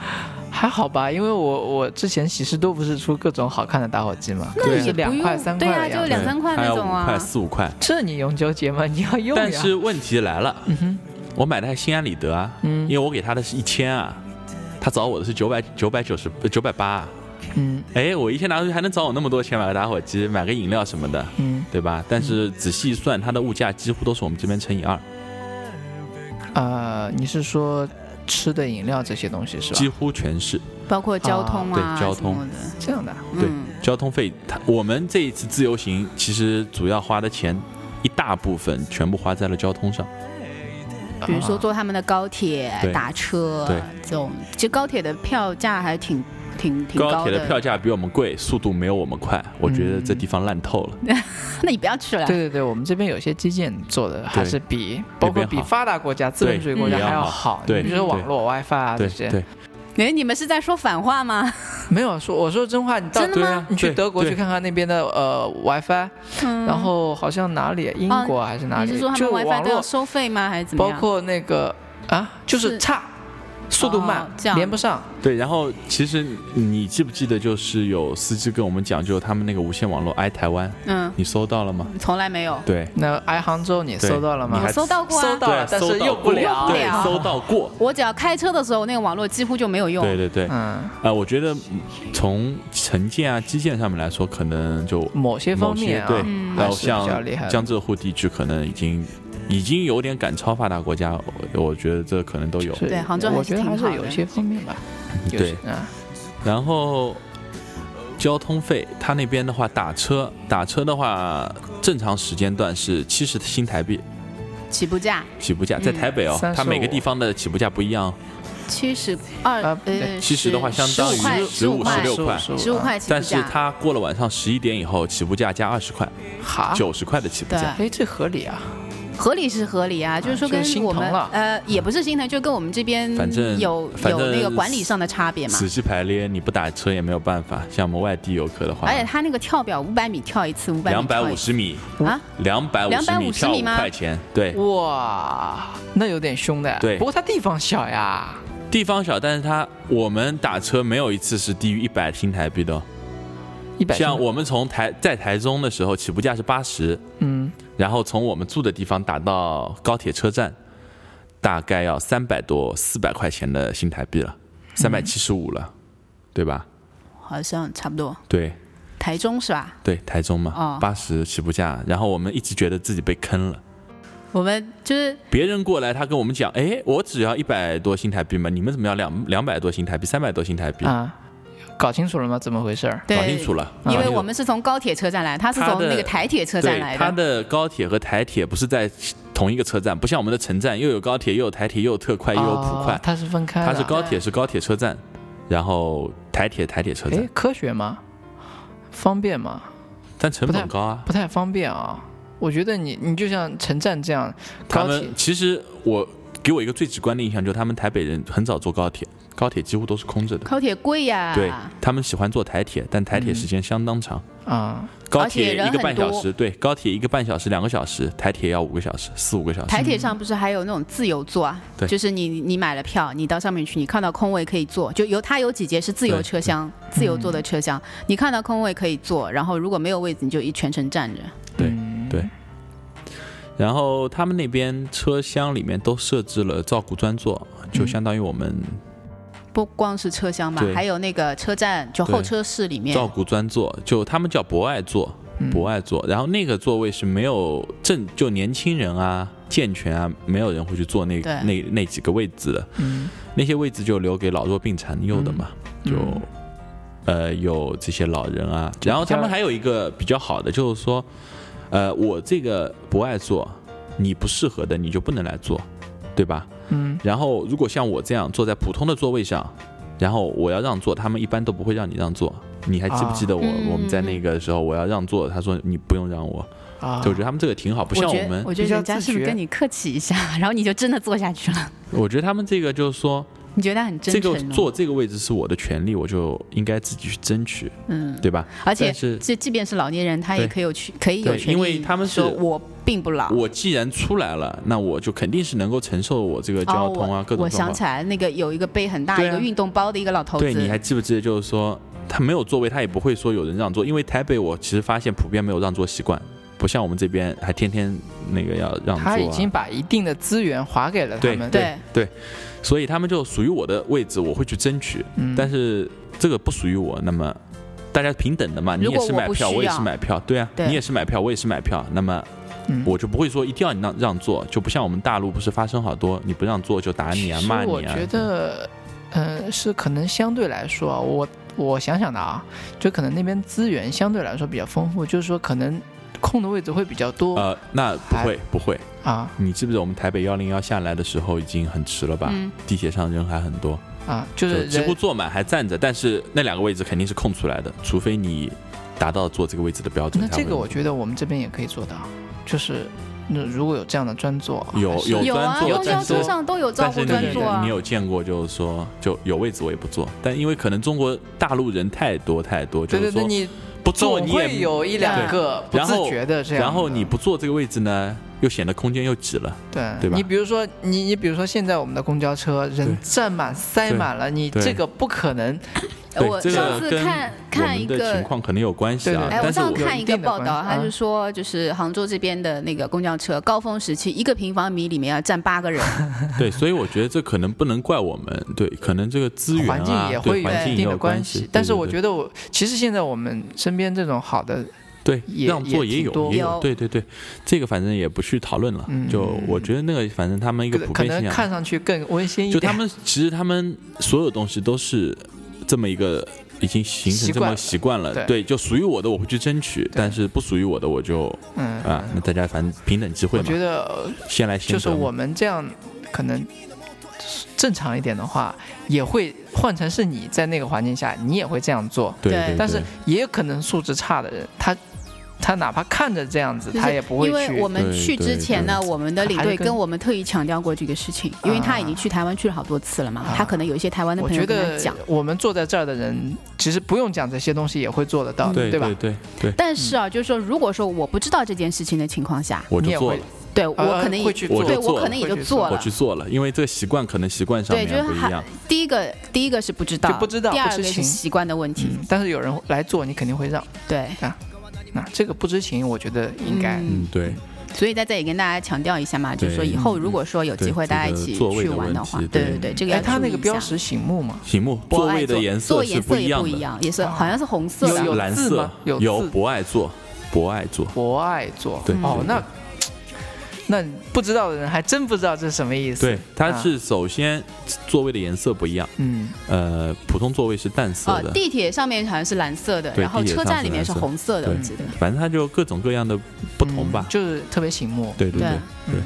S2: 还好吧？因为我我之前喜事多不是出各种好看的打火机嘛，可
S3: 那
S2: 能
S1: 对
S3: 也
S2: 是
S3: 不
S2: 两
S3: 用
S2: 块三块
S3: 对
S2: 的
S3: 啊，
S2: 样子
S3: 就两三块
S1: 还
S3: 那
S1: 要
S3: 种
S1: 五块
S3: 啊。
S1: 四五块。
S2: 这你永久节吗？你 要用呀。
S1: 但是问题来了，我买的还心安理得啊，
S2: 嗯
S1: 因为我给他的是一千啊，他找我的是九百九百九十九百八，啊
S2: 嗯
S1: 哎，我一天拿出去还能找我那么多钱买个打火机、买个饮料什么的，
S2: 嗯
S1: 对吧？但是仔细一算，它的物价几乎都是我们这边乘以二，
S2: 呃，你是说吃的、饮料这些东西是吧
S1: 几？乎全是
S3: 包括交通啊，
S1: 啊对交通
S3: 什么的，
S2: 这样的啊，
S1: 对
S3: 嗯，
S1: 交通费。它我们这一次自由行，其实主要花的钱一大部分全部花在了交通上。
S3: 比如
S2: 啊
S3: 说坐他们的高铁
S1: 对、
S3: 打车
S1: 对
S3: 这种，其实高铁的票价还挺挺挺
S1: 高
S3: 高
S1: 铁的票价比我们贵，速度没有我们快，我觉得这地方烂透了。
S3: 那你不要去了。
S2: 对对对，我们这边有些基建做的还是比包括比
S1: 好
S2: 发达国家、资本主义国家
S3: 嗯
S2: 还
S1: 也要
S2: 要
S1: 好
S2: 好。
S1: 对
S2: 你比如说网络、WiFi 啊这
S1: 对
S2: 些。
S1: 对，
S3: 哎，你们是在说反话吗？
S2: 没有说，我说真话，你到
S3: 真的
S1: 对
S3: 吗
S1: 啊，
S2: 你去
S1: 对
S2: 德国
S1: 对
S2: 去看看那边的呃 WiFi，
S3: 嗯
S2: 然后好像哪里英国啊哦还是哪里
S3: 你是说，他
S2: 就
S3: 们
S2: 网
S3: WiFi 都要
S2: 络
S3: 收费吗？还是怎么
S2: 包
S3: 样？
S2: 括那个啊，就是
S3: 是
S2: 差，速度慢
S3: 哦这，样
S2: 连不上。
S1: 对，然后其实你记不记得，就是有司机跟我们讲，就是他们那个无线网络 i 台湾，
S3: 嗯，
S1: 你搜到了吗？
S3: 从来没有。
S1: 对，
S2: 那挨杭州你
S1: 对
S2: 搜到了
S1: 你
S2: 吗
S1: 还？
S3: 我搜到过
S2: 搜
S3: 啊，
S2: 到了，但是用不了。
S3: 用不
S1: 对
S3: 了，
S1: 搜到过，
S3: 我只要开车的时候，那个网络几乎就没有用。
S1: 对对对。
S2: 嗯，
S1: 呃，我觉得嗯从城建啊、基建上面来说，可能就
S2: 某些方
S1: 某些
S2: 面啊，
S1: 对，
S3: 嗯
S1: 然
S2: 还
S1: 后
S2: 是比较厉害
S1: 像
S2: 的
S1: 江浙沪地区，可能已经已经有点赶超发达国家，我我觉得这可能都有。
S2: 是
S3: 对杭州还
S2: 我
S3: 是
S2: 觉得
S3: 挺
S2: 还是
S3: 好
S2: 有
S3: 的
S2: 些方面吧。有
S1: 对
S2: 些啊，
S1: 然后交通费，他那边的话，打车打车的话，正常时间段是七十新台币
S3: 起步价
S1: 起步价，在
S3: 嗯
S1: 台北哦，
S2: 35
S1: 它每个地方的起步价不一样，
S3: 七十二
S2: 啊
S3: 呃
S2: 对
S1: 七十的话相当
S3: 15块
S1: 于
S3: 15
S1: 五、
S3: 块
S1: 十六块。
S3: 十五，块起步
S1: 但是
S3: 价。
S1: 它过了晚上十一点以后，起步价加二十块，
S2: 哈，
S1: 九十块的起步价。
S2: 哎，这合理啊。
S3: 合理是合理啊，就是说
S2: 就
S3: 跟
S2: 是心
S3: 我
S2: 疼
S3: 们
S2: 了
S3: 呃也不是心疼，就跟我们这边
S1: 反正
S3: 有
S1: 反
S3: 有那个
S1: 正
S3: 管理上的差别嘛。
S1: 死气排列，你不打车也没有办法。像我们外地游客的话
S3: 而，且他那个跳表五百米跳一次，五百
S1: 啊哎两
S3: 米
S1: 百
S3: 跳一
S1: 五
S3: 次
S1: 十米，
S3: 啊，
S1: 两百五十米
S3: 250
S1: 跳
S3: 米
S1: 五
S3: 吗
S1: 块钱。对，
S2: 哇，那有点凶的。
S1: 对
S2: 不过它地方小呀。
S1: 地方小，但是它我们打车没有一次是低于一百新台币的哦。
S2: 一百
S1: 像我们从台在台中的时候，起步价是八十，
S2: 嗯，
S1: 然后从我们住的地方打到高铁车站，大概要三百多四百块钱的新台币了，
S3: 嗯
S1: 三百七十五了，对吧？
S3: 好像差不多。
S1: 对
S3: 台中是吧？
S1: 对，台中嘛
S3: 哦，
S1: 八十起步价，然后我们一直觉得自己被坑了。
S3: 我们就是
S1: 别人过来，他跟我们讲，哎，我只要一百多新台币嘛，你们怎么要两两百多新台币、三百多新台币？
S2: 啊，搞清楚了吗？怎么回事儿？
S1: 搞
S3: 对
S1: 清，楚了，
S3: 因
S1: 搞
S3: 为
S1: 清楚
S3: 我们是从高铁车站来，他是
S1: 他
S3: 从
S1: 的
S3: 那个台铁车站来
S1: 对它的高铁和台铁不是在同一个车站，不像我们的城站又有高铁又有台铁又有特快又有普快
S2: 哦，它是分开
S1: 它
S2: 的。
S1: 是高
S3: 哎
S1: 铁是高铁车站，然后台铁台铁车
S2: 哎
S1: 站，，
S2: 科学吗？方便吗？
S1: 但成本高啊。
S2: 不太方便啊。我觉得你你就像城站这样，
S1: 他
S2: 高
S1: 们
S2: 铁
S1: 其实我给我一个最直观的印象就是他们台北人很早坐高铁，高铁几乎都是空着的。
S3: 高铁贵呀，
S1: 对他们喜欢坐台铁，但台铁时间相当长。
S2: 啊、
S1: 高
S3: 嗯而且
S1: 铁
S3: 人
S1: 一个半
S3: 很多
S1: 小时，对，高铁一个半小时、两个小时，台铁要五个小时、四五个小时。
S3: 台铁上不是还有那种自由座啊？
S1: 对
S3: 就是你你买了票，你到上面去，你看到空位可以坐，就有它有几节是自由车厢、
S1: 嗯
S3: 自由坐的车厢，你看到空位可以坐，然后如果没有位置，你就一全程站着。
S1: 对
S2: 嗯
S1: 对然后他们那边车厢里面都设置了照顾专座，就相当于我们
S3: 不光是车厢吧
S1: 对，
S3: 还有那个车站就
S1: 对
S3: 候车室里面
S1: 照顾专座，就他们叫博爱座，
S2: 嗯
S1: 博爱座。然后那个座位是没有正就年轻人啊、健全啊，没有人会去坐那
S3: 对
S1: 那那几个位置的，
S2: 嗯，
S1: 那些位置就留给老弱病残幼的嘛，就。呃，有这些老人啊，然后他们还有一个比较好的，就是说，呃，我这个不爱坐，你不适合的你就不能来坐，对吧？
S2: 嗯，
S1: 然后如果像我这样坐在普通的座位上，然后我要让座，他们一般都不会让你让座。你还记不记得我、
S3: 啊嗯
S1: 我们在那个时候我要让座，他说你不用让我，
S2: 啊，
S1: 就我觉得他们这个挺好，不像
S3: 我
S1: 我
S3: 觉得
S1: 们，
S3: 我觉
S2: 比
S3: 得
S2: 较
S3: 人家
S2: 自
S3: 是不是
S2: 觉
S3: 跟你客气一下， 然后你就真的坐下去了？
S1: 我觉得他们这个就是说，
S3: 你觉得他很
S1: 这
S3: 真诚、
S1: 个
S3: 哦？
S1: 坐这个位置是我的权利，我就应该自己去争取，
S3: 嗯，
S1: 对吧？
S3: 而且
S1: 但是
S3: 这即便是老年人，他
S1: 对
S3: 也可以有去可以有
S1: 对
S3: 权利，
S1: 因为他们是
S3: 说我并不老，
S1: 我既然出来了，那我就肯定是能够承受我这个交通啊、
S3: 哦、
S1: 各
S3: 我
S1: 种
S3: 我
S1: 状
S3: 想
S1: 况。
S3: 起来，那个有一个背很大、
S1: 对啊
S3: 一个运动包的一个老头子，
S1: 对，你还记不记得？就是说他没有座位，他也不会说有人让座，因为台北我其实发现普遍没有让座习惯，不像我们这边还天天那个要让座、啊。
S2: 他已经把一定的资源划给了他
S1: 对
S2: 们，
S3: 对
S1: 所以他们就属于我的位置，我会去争取。
S2: 嗯
S1: 但是这个不属于我，那么大家平等的嘛，你
S3: 如
S1: 也
S3: 果
S1: 是买票，
S3: 我不需要
S1: 我也是买票，对啊，
S3: 对
S1: 你也是买票，我也是买票，那么
S2: 嗯，
S1: 我就不会说一定要你让让座，就不像我们大陆不是发生好多，你不让座就打你啊
S2: 其实
S1: 骂
S2: 我
S1: 你啊
S2: 觉。得，呃，是可能相对来说啊，我我想想的啊，就可能那边资源相对来说比较丰富，就是说可能空的位置会比较多、
S1: 呃，那不会不会，
S2: 啊
S1: 你记不记得我们台北幺零幺下来的时候已经很迟了吧？
S3: 嗯
S1: 地铁上人还很多，
S2: 啊，就
S1: 就是几乎
S2: 人
S1: 坐满还站着，但是那两个位置肯定是空出来的，除非你达到坐这个位置的标准
S2: 那
S1: 才会。
S2: 这个我觉得我们这边也可以做到，就是那如果有这样的专座，
S1: 有
S2: 还是
S1: 有
S3: 有啊，
S1: 专座
S3: 公交
S1: 专座
S3: 车上都有照
S1: 但
S3: 顾
S1: 是
S3: 专
S1: 你
S3: 座啊
S1: 你。有见过，就是说就有位置我也不坐，但因为可能中国大陆人太多太多，就
S2: 对
S1: 是
S2: 对对，
S1: 说
S2: 你
S1: 不坐
S2: 总
S1: 你
S2: 会
S1: 也，
S2: 有一两
S3: 对
S2: 个不
S1: 然
S2: 自
S1: 后
S2: 觉的这样的，
S1: 然后你不坐这个位置呢，又显得空间又挤了。
S2: 对，
S1: 对吧
S2: 你比如说，你你比如说，现在我们的公交车人
S1: 对
S2: 站满塞
S1: 对
S2: 满了，你
S1: 对
S2: 这个不可能。
S1: 对
S3: 我
S1: 这个
S3: 上次
S1: 跟
S3: 看
S1: 我
S3: 看一
S1: 们的情
S3: 个。
S1: 况可能有关系啊
S2: 对，
S3: 哎，我
S1: 但是
S3: 上
S1: 我
S3: 次看
S2: 有一
S3: 一
S2: 定
S3: 个
S2: 的
S3: 报
S2: 关
S3: 道，
S2: 系
S3: 他
S2: 啊
S3: 就说，就是杭州这边的那个公交车，高峰时期一个平方米里面要站八个人，
S1: 对，所以我觉得这可能不能怪我们，对，可能这个资源啊，
S2: 环境也
S1: 对
S2: 会有
S1: 环境
S2: 一定
S1: 也
S2: 的
S1: 有关
S2: 系
S1: 系。。
S2: 但是我
S1: 得
S2: 觉得我，其实现在我们身边这种好的，
S1: 对
S2: 也
S1: 让座
S2: 也
S1: 也
S2: 挺
S1: 有
S2: 多
S1: 也有，
S3: 有
S1: 对对对，这个反正也不去讨论了。
S2: 嗯
S1: 就我觉得那个反正他们一个普
S2: 可
S1: 遍
S2: 能
S1: 现象
S2: 看，上去更温馨一
S1: 就他
S2: 点。
S1: 们其实他们所有东西都是这么一个。已经形成
S2: 习
S1: 这
S2: 惯
S1: 么习惯了，
S2: 对
S1: 就属于我的我会去争取，但是不属于我的我就
S2: 嗯，
S1: 啊，那大家反正平等机会
S2: 我
S1: 嘛
S2: 觉，得呃
S1: 先来先
S2: 就是
S1: 得嘛
S2: 我们这样可能正常一点的话，也会换成是你在那个环境下，你也会这样做。
S1: 对
S3: 对
S1: 对，
S2: 但是
S1: 对
S2: 也有可能素质差的人，他他哪怕看着这样子，
S3: 就是
S2: 他也不会
S3: 因
S2: 去。
S3: 为我们
S1: 对
S3: 去
S1: 对
S3: 之前呢，
S1: 对
S3: 我们的领
S2: 还
S3: 队
S2: 是跟
S3: 跟我们特意强调过这个事情，因为他已经去台湾去了好多次了嘛
S2: 啊，
S3: 他可能有一些台湾的
S2: 我
S3: 朋
S2: 觉
S3: 友跟
S2: 得
S3: 他讲，
S2: 我们坐在这儿的人，其实不用讲这些东西也会做得到，
S1: 对
S2: 嗯吧
S1: 对？对对，
S3: 但是啊，就是说，如果说我不知道这件事情的情况下，
S1: 我
S2: 你
S1: 就
S2: 也
S1: 做
S2: 会
S1: 了，
S3: 对我
S2: 呃
S3: 可能也
S2: 会去做
S3: 对
S1: 我就做
S3: 我可能也就
S2: 会去做
S3: 做
S1: 我
S3: 了
S1: 去。做了，因为这个习惯可能习惯上
S3: 对，
S1: 面
S3: 就是
S1: 不一
S3: 还
S1: 样。
S3: 第一个第一个是不知道，
S2: 就不知道
S3: 第
S2: 不
S3: 二
S2: 知
S3: 个是
S2: 情
S3: 习惯的问题，
S2: 嗯，但是有人来做，你肯定会让。
S3: 对。
S2: 那这个不知情，我觉得应该。哎
S1: 嗯，对，
S3: 所以在这里跟大家强调一下嘛，就是说
S1: 对
S3: 以后如果说有机会
S1: 对
S3: 大家一
S1: 这个
S3: 起
S1: 座位
S3: 去
S1: 的
S3: 玩
S1: 问
S3: 的话
S1: 题，
S3: 对
S1: 对
S3: 对，这个要
S2: 哎，他那个
S3: 注意一下
S2: 标识醒目嘛，
S1: 醒目
S3: 博
S1: 座
S3: 爱
S1: 位的
S3: 座
S1: 颜
S3: 座
S1: 色是
S3: 颜色
S1: 一
S3: 也
S1: 样
S3: 不一
S1: 的，
S3: 样，也是
S2: 啊
S3: 好像是红色
S2: 有有
S3: 的，
S1: 蓝
S2: 字
S1: 色
S2: 吗有字
S1: 博爱座，博爱座，
S2: 博爱座。
S1: 对
S2: 哦
S1: 对，
S2: 那那不知道的人还真不知道这是什么意思。，
S1: 对，它
S2: 啊
S1: 是首先座位的颜色不一样，
S2: 嗯，
S1: 呃，普通座位是淡色
S3: 呃，
S1: 的，
S3: 地铁上面好像是蓝色的，
S1: 啊对
S3: 然后
S1: 地铁
S3: 车
S1: 上
S3: 站
S1: 是
S3: 里面
S1: 蓝
S3: 是
S1: 色
S3: 红色的，我
S1: 对
S3: 记得。
S1: 反正它就各种各样的不同吧
S2: 嗯。就是特别醒目。
S1: 对对
S3: 对
S1: 对，
S2: 嗯，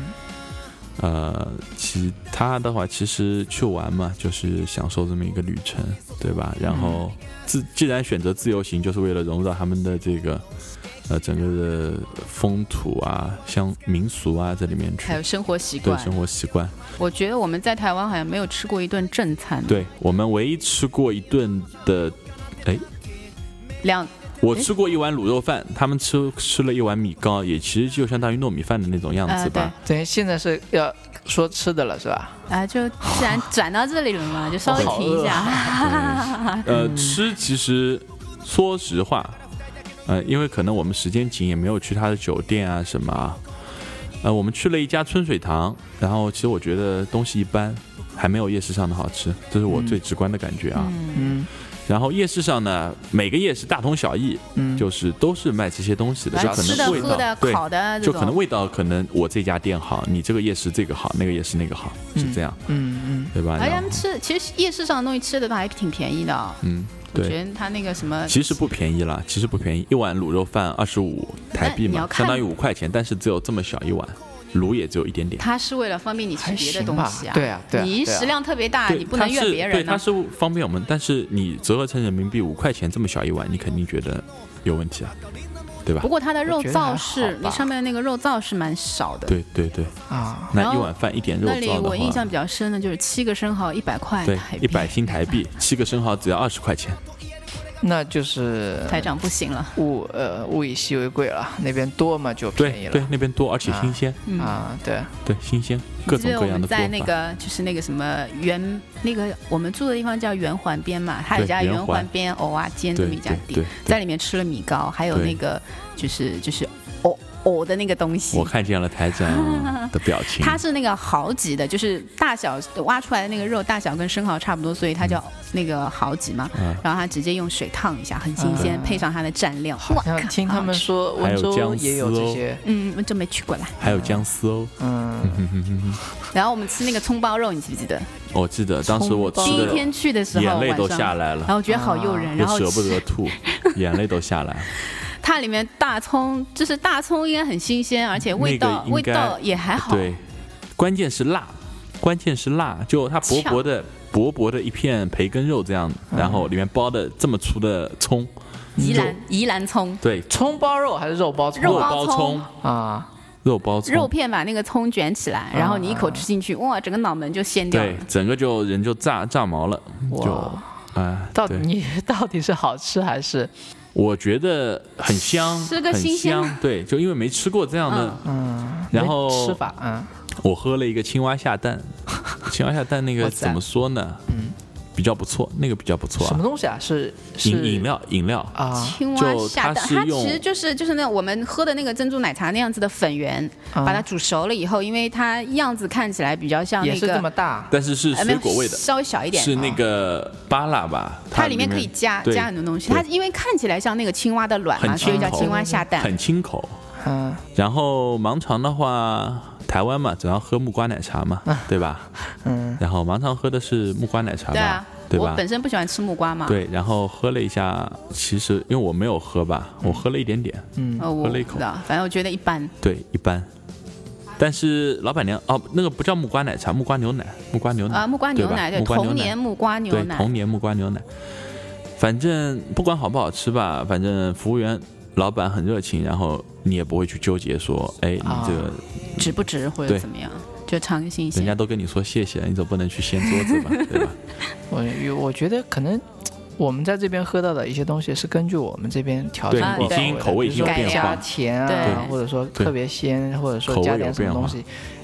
S1: 呃，其他的话，其实去玩嘛，就是享受这么一个旅程，对吧？
S3: 嗯
S1: 然后自既然选择自由行，就是为了融入到他们的这个呃整个的风土啊、像民俗啊这里面去
S3: 还，有生活习
S1: 对
S3: 惯，
S1: 生活习惯。
S3: 我觉得我们在台湾好像没有吃过一顿正餐，
S1: 对我们唯一吃过一顿的，
S3: 两
S1: 我
S3: 诶
S1: 吃过一碗卤肉饭，他们吃吃了一碗米糕，也其实就相当于糯米饭的那种样
S3: 呃
S1: 子
S3: 对
S1: 吧。
S2: 等于现在是要说吃的了，是吧？
S3: 啊，就既 然转到这里了嘛，就稍微
S1: 啊
S2: 好
S3: 停一
S2: 饿
S3: 下，
S1: 对呃，
S3: 嗯
S1: 吃其实说实话，呃，因为可能我们时间紧，也没有去他的酒店啊什么啊。呃，我们去了一家春水堂，然后其实我觉得东西一般，还没有夜市上的好吃，这是我
S2: 嗯
S1: 最直观的感觉啊。
S3: 嗯，
S2: 嗯
S1: 然后夜市上呢，每个夜市大同小异，
S2: 嗯，
S1: 就是都是卖这些东西的，
S3: 反
S1: 就
S3: 正
S1: 可
S3: 吃的、
S1: 能味
S3: 喝
S1: 道
S3: 的、
S1: 对，
S3: 烤的啊这
S1: 就可能
S3: 种，
S1: 味道可能我这家店好，你这个夜市这个好，那个夜市那个好，是这样，
S2: 嗯嗯。
S1: 对吧？
S3: 而且他
S1: 然后
S3: 们哎吃，其实夜市上的东西吃的都还挺便宜的哦，
S1: 嗯，
S3: 我觉
S1: 对，
S3: 得他那个什么，
S1: 其实不便宜啦，其实不便宜，一碗卤肉饭二十五台币
S3: 那你要
S1: 嘛，
S3: 看
S1: 相当于五块钱，但是只有这么小一碗，卤也只有一点点。
S3: 他是为了方便你吃
S2: 还
S3: 别的
S2: 行
S3: 东
S2: 吧
S3: 西啊，
S2: 对啊对啊
S3: 你
S2: 对啊
S3: 食量特别大，
S1: 对，
S3: 你不能
S1: 它
S3: 怨
S1: 是
S3: 别
S1: 对，
S3: 人
S1: 它
S3: 呢。
S1: 是方便我们，但是你折合成人民币五块钱这么小一碗，你肯定觉得有问题啊，对吧
S3: 不？过它的肉
S2: 我觉得还
S3: 燥
S2: 好
S3: 是，你
S2: 吧
S3: 上面那个肉燥是蛮少的。
S1: 对对对，
S2: 啊，
S3: 然
S1: 那一
S3: 后
S1: 碗饭一点肉
S3: 那里
S1: 燥
S3: 我印象
S1: 的话，
S3: 比较深的就是七个生蚝一百块
S1: 对
S3: 台，币，
S1: 一百新台币，七个生蚝只要二十块钱。
S2: 那就是
S3: 台长不行了，
S2: 物呃物以稀为贵了，那边多嘛就便
S1: 对
S2: 宜了。
S1: 对，那边多，而且新鲜，
S3: 嗯。
S2: 啊，对，
S1: 对新鲜，各
S3: 记
S1: 种
S3: 得
S1: 各
S3: 我
S1: 样
S3: 们
S1: 的做
S3: 在
S1: 法。
S3: 那个就是那个什么圆，那个我们住的地方叫圆环边嘛，它有
S1: 对
S3: 家
S1: 圆
S3: 圆
S1: 环
S3: 环边蚵啊煎这
S1: 对
S3: 么一家
S1: 对
S3: 店
S1: 对，
S3: 在里面吃了米糕，还有
S1: 对
S3: 那个就是就是藕哦的那个东西
S1: 我。看见了台长的 表情，
S3: 它是那个蚝级的，就是大小挖出来的那个肉大小跟生蚝差不多，所以它叫那个蚝级嘛。
S1: 嗯
S3: 然后它直接用水烫一下，很新鲜，
S2: 嗯
S3: 配上它的蘸料。
S2: 好像
S3: 哇靠
S2: 听他们
S3: 好好吃
S2: 说温
S1: 还有
S2: 州
S1: 姜丝哦
S2: 也有这些，
S3: 嗯，我真没去过啦。
S1: 还有姜丝哦。
S2: 嗯，
S3: 然后我们吃那个葱包肉，你记不记得？
S1: 我记得当时我吃
S3: 第一
S1: 的
S3: 天去的时候，
S1: 眼
S3: 晚
S1: 泪
S3: 上，
S1: 都下来了
S3: 然，后觉得好诱人，
S1: 我
S3: 然后
S1: 舍不
S3: 吃
S1: 得吐，眼泪都下 来。
S3: 它里面大葱，就是大葱应该很新鲜，而且味道、
S1: 那个应
S3: 味
S1: 该
S3: 道也还好。
S1: 对，关键是辣，关键是辣，就它薄薄的薄薄的一片培根肉这样，
S3: 嗯
S1: 然后里面包的这么粗的葱，
S3: 宜兰宜兰葱，
S1: 对，
S2: 葱包肉还是肉包葱
S3: 肉包
S1: 包
S3: 葱
S1: 葱，
S2: 啊？
S1: 肉包葱，啊
S3: 肉片把那个葱卷起来，然后你一口吃进去，哇，整个脑门就掀掉了
S1: 对。，整个就人就炸炸毛了，就
S2: 哇，
S1: 啊，
S2: 到
S1: 对，
S2: 你 到底是好吃还是
S1: 我觉得很香，
S3: 吃个
S1: 很
S3: 新鲜嗯
S1: 香，对，就因为没吃过这样的，然后
S2: 吃法？嗯，
S1: 我喝了一个青蛙下 蛋，青蛙下蛋那
S2: 哇
S1: 个
S2: 塞
S1: 怎么说呢？嗯，比较不错，那个比较不错
S2: 什么
S1: 啊，
S2: 东西啊？是是
S1: 饮饮料饮料
S2: 啊？
S3: 青蛙
S1: 就
S3: 下蛋，
S1: 它是
S3: 它
S1: 用
S3: 其实就是就是那种我们喝的那个珍珠奶茶那样子的粉圆，
S2: 啊
S3: 把它煮熟了以后，因为它样子看起来比较像
S2: 也
S3: 那
S2: 是这么
S3: 个
S2: 大
S1: 但是是
S3: 呃
S1: 水
S3: 没有
S1: 果味的，
S3: 稍微小一点，
S1: 是那个巴拉吧？
S3: 它里
S1: 里
S3: 面可以加
S1: 对
S3: 加很多东西。
S1: 对
S3: 它因为看起来像那个青蛙的卵嘛，
S1: 很
S3: 所以叫
S1: 清口
S3: 青蛙下蛋。
S1: 很清口。
S2: 嗯，
S1: 然后盲肠的话，台湾嘛，主要喝木瓜奶茶嘛，对吧？嗯。然后盲肠喝的是木瓜奶茶
S3: 对啊
S1: 吧？，对
S3: 我
S1: 吧？
S3: 本身不喜欢吃木瓜嘛，
S1: 对，然后喝了一下，其实因为我没有喝吧，
S3: 嗯
S1: 我喝了一点点，
S3: 呃，我
S1: 喝了一口
S3: 不知道反正我觉得一般。
S1: 对，一般。但是老板娘哦，那个不叫木瓜奶茶，木瓜牛奶，木瓜牛奶
S3: 啊，木瓜
S1: 嗯
S3: 牛
S1: 对吧
S3: 奶，对，
S1: 木瓜牛
S3: 童
S1: 奶
S3: 年木瓜牛
S1: 对，
S3: 奶，
S1: 童年木瓜牛奶。反正不管好不好吃吧，反正服务员、老板很热情，然后你也不会去纠结说，哎，你
S3: 啊
S1: 这个、
S3: 值不值或者
S1: 对
S3: 怎么样，就尝个新
S1: 人
S3: 鲜
S1: 家。都跟你说谢谢，你总不能去掀桌子 吧，对吧？
S2: 我我觉得可能我们在这边喝到的一些东西是根据我们这边调整
S1: 对
S2: 过
S3: 已
S2: 的
S1: 经口味已经
S3: 有
S2: 比如说
S3: 变化
S2: 加甜啊，
S3: 对
S2: 或者说特别鲜，或者说
S1: 口味
S2: 加
S1: 有
S2: 点什么
S1: 变化
S2: 东西。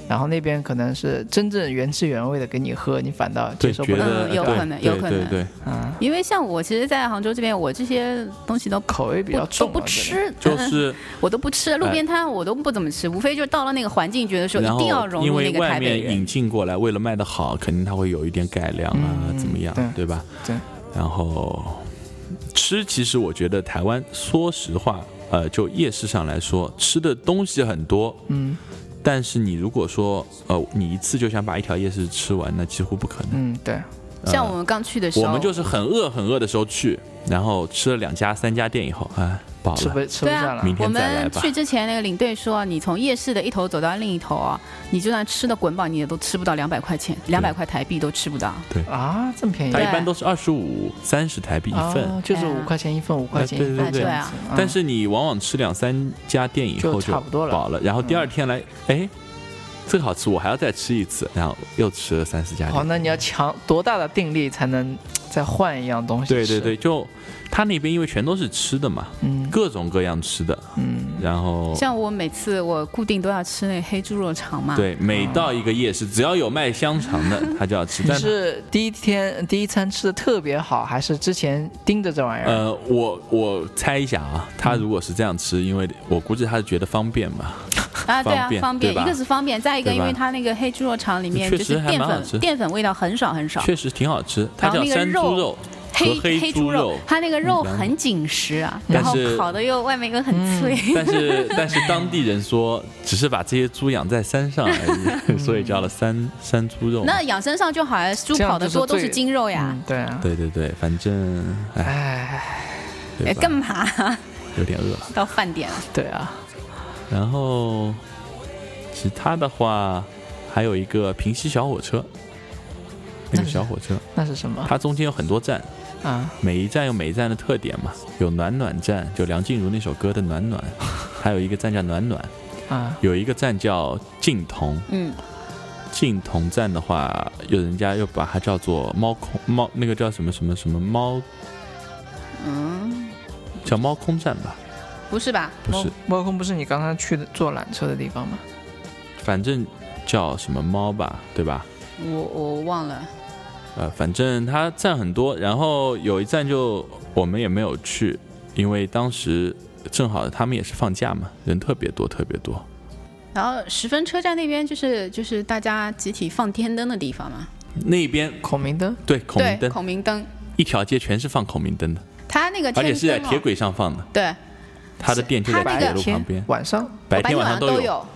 S2: 然后那边可能是真正原汁原味的给你喝，你反倒接
S1: 对，
S2: 受
S1: 觉
S2: 不了。
S1: 得、
S3: 嗯有
S1: 对
S3: 可能
S1: 对
S3: 有可能
S1: 对对，
S2: 嗯，
S3: 因为像我，其实，在杭州这边，我这些东西都不
S2: 口味比较
S3: 都
S2: 重，啊
S3: 不
S2: 我觉得。
S3: 吃，
S1: 就
S3: 嗯
S1: 是哎
S3: 我都不吃，路边摊我都不怎么吃，无非就是到了那个环境，觉得说一
S1: 然
S3: 定要
S1: 后
S3: 融
S1: 因
S3: 入那
S1: 为
S3: 个
S1: 外
S3: 台北
S1: 面
S3: 人
S1: 引。进过来，为了卖得好，肯定它会有一点改良啊，
S2: 嗯
S1: 怎么样，
S2: 对
S1: 对吧？
S2: 对。
S1: 然后吃，其实我觉得台湾，说实话，呃，就夜市上来说，吃的东西很多，
S2: 嗯
S1: 但是你如果说呃，你一次就想把一条夜市吃完，那几乎不可能。呃
S2: 嗯，对，
S3: 像我们刚去的时候，
S1: 我们就是很饿很饿的时候去，然后吃了两家三家店以后，哎，饱
S2: 吃
S1: 了，
S2: 不吃不
S3: 对
S2: 下了
S3: 啊
S1: 明，，
S3: 我
S1: 天再来
S3: 们
S1: 吧
S3: 去之前那个领队说，你从夜市的一头走到另一头啊，你就算吃的滚饱，你也都吃不到两百块钱，两百块台币都吃不到。
S1: 哦
S2: 啊，这么便宜
S1: 它
S3: 对
S1: 一般都是二十五、三十台币一份，
S2: 啊，就是
S3: 对啊
S2: 五块钱一份，五块钱一份
S1: 对
S3: 啊，
S1: 对
S3: 对啊，
S2: 嗯
S1: 但是你往往吃两三家店以后
S2: 就差不多了嗯
S1: 饱了，然后第二天来，哎，这个好吃，我还要再吃一次，然后又吃了三四家
S2: 好，
S1: 店。
S2: 那你要强多大的定力才能再换一样东西？
S1: 对对对，，就他那边因为全都是吃的嘛，
S2: 嗯
S1: 各种各样吃的，
S2: 嗯，
S1: 然后
S3: 像我每次我固定都要吃那黑猪肉肠嘛，
S1: 对，每到一个夜市，只要有卖香肠的， 他就要吃。
S2: 你
S1: 但
S2: 是第一天第一餐吃的特别好，还是之前盯着这玩意儿？
S1: 呃，我我猜一下啊，他如果是这样吃，因为我估计他是觉得方便嘛。
S3: 啊，对啊
S1: 方，便
S3: 方便，
S1: 对吧
S3: 一个是方便，再一个
S1: 对
S3: 因
S1: 吧
S3: 为它那个黑猪肉肠里面
S1: 确
S3: 就
S1: 实
S3: 是
S1: 还
S3: 淀
S1: 蛮好
S3: 粉，
S1: 吃
S3: 淀粉味道很少很
S2: 嗯
S3: 少，
S1: 确实挺好吃，它
S3: 然后
S1: 叫
S3: 那个
S1: 山
S3: 肉
S1: 猪肉和
S3: 黑
S1: 猪
S3: 猪肉，，它那个肉
S1: 嗯
S3: 很紧实啊，
S1: 但
S3: 然后
S1: 是嗯
S3: 烤的又外面又很脆，
S1: 但是但是当地人说，只是把这些猪养在山上而已，所以叫了山山猪肉。
S3: 那养生上就好啊，猪
S2: 这样
S3: 跑的
S2: 就是
S3: 多都
S2: 最
S3: 是筋肉呀
S2: 嗯，，对啊，
S1: 对对对，反正哎，
S2: 哎，
S1: 对
S3: 哎，
S1: 嗯吧
S3: 干嘛
S1: 有点饿。
S3: 到饭点了？
S2: 对啊，
S1: 然后其他的话，还有一个平西小火车，那个小火车，
S3: 嗯
S2: 那是什么
S1: 它中间有很多站，
S2: 啊？
S1: 每一站有每一站的特点嘛，有暖暖站，就梁静茹那首歌的暖暖，还有一个站叫暖暖，
S2: 啊，
S1: 有一个站叫静同，
S3: 嗯，
S1: 静同站的话，有人家又把它叫做猫空猫，那个叫什么什么什么猫，
S3: 嗯，
S1: 叫猫空站吧？
S3: 不是吧？
S1: 不是，
S2: 猫空不是你刚刚去的坐缆车的地方吗？
S1: 反正叫什么猫吧，对吧？
S3: 我我忘了，
S1: 呃，反正它站很多，然后有一站就我们也没有去，因为当时正好他们也是放假嘛，人特别多，特别多。
S3: 然后十分车站那边就是就是大家集体放天灯的地方嘛，
S1: 那边
S2: 孔明灯，
S1: 对孔明
S3: 对，
S1: 灯，
S3: 孔明灯，
S1: 一条街全是放孔明灯的，
S3: 它那个
S1: 而
S3: 天
S1: 且是在
S3: 灯哦
S1: 铁轨上放的，
S3: 对，
S1: 它的店就在
S3: 它那
S1: 铁
S3: 个
S1: 路旁边，
S2: 晚上
S1: 白
S3: 天
S1: 晚上
S3: 上
S1: 都有。
S3: 有。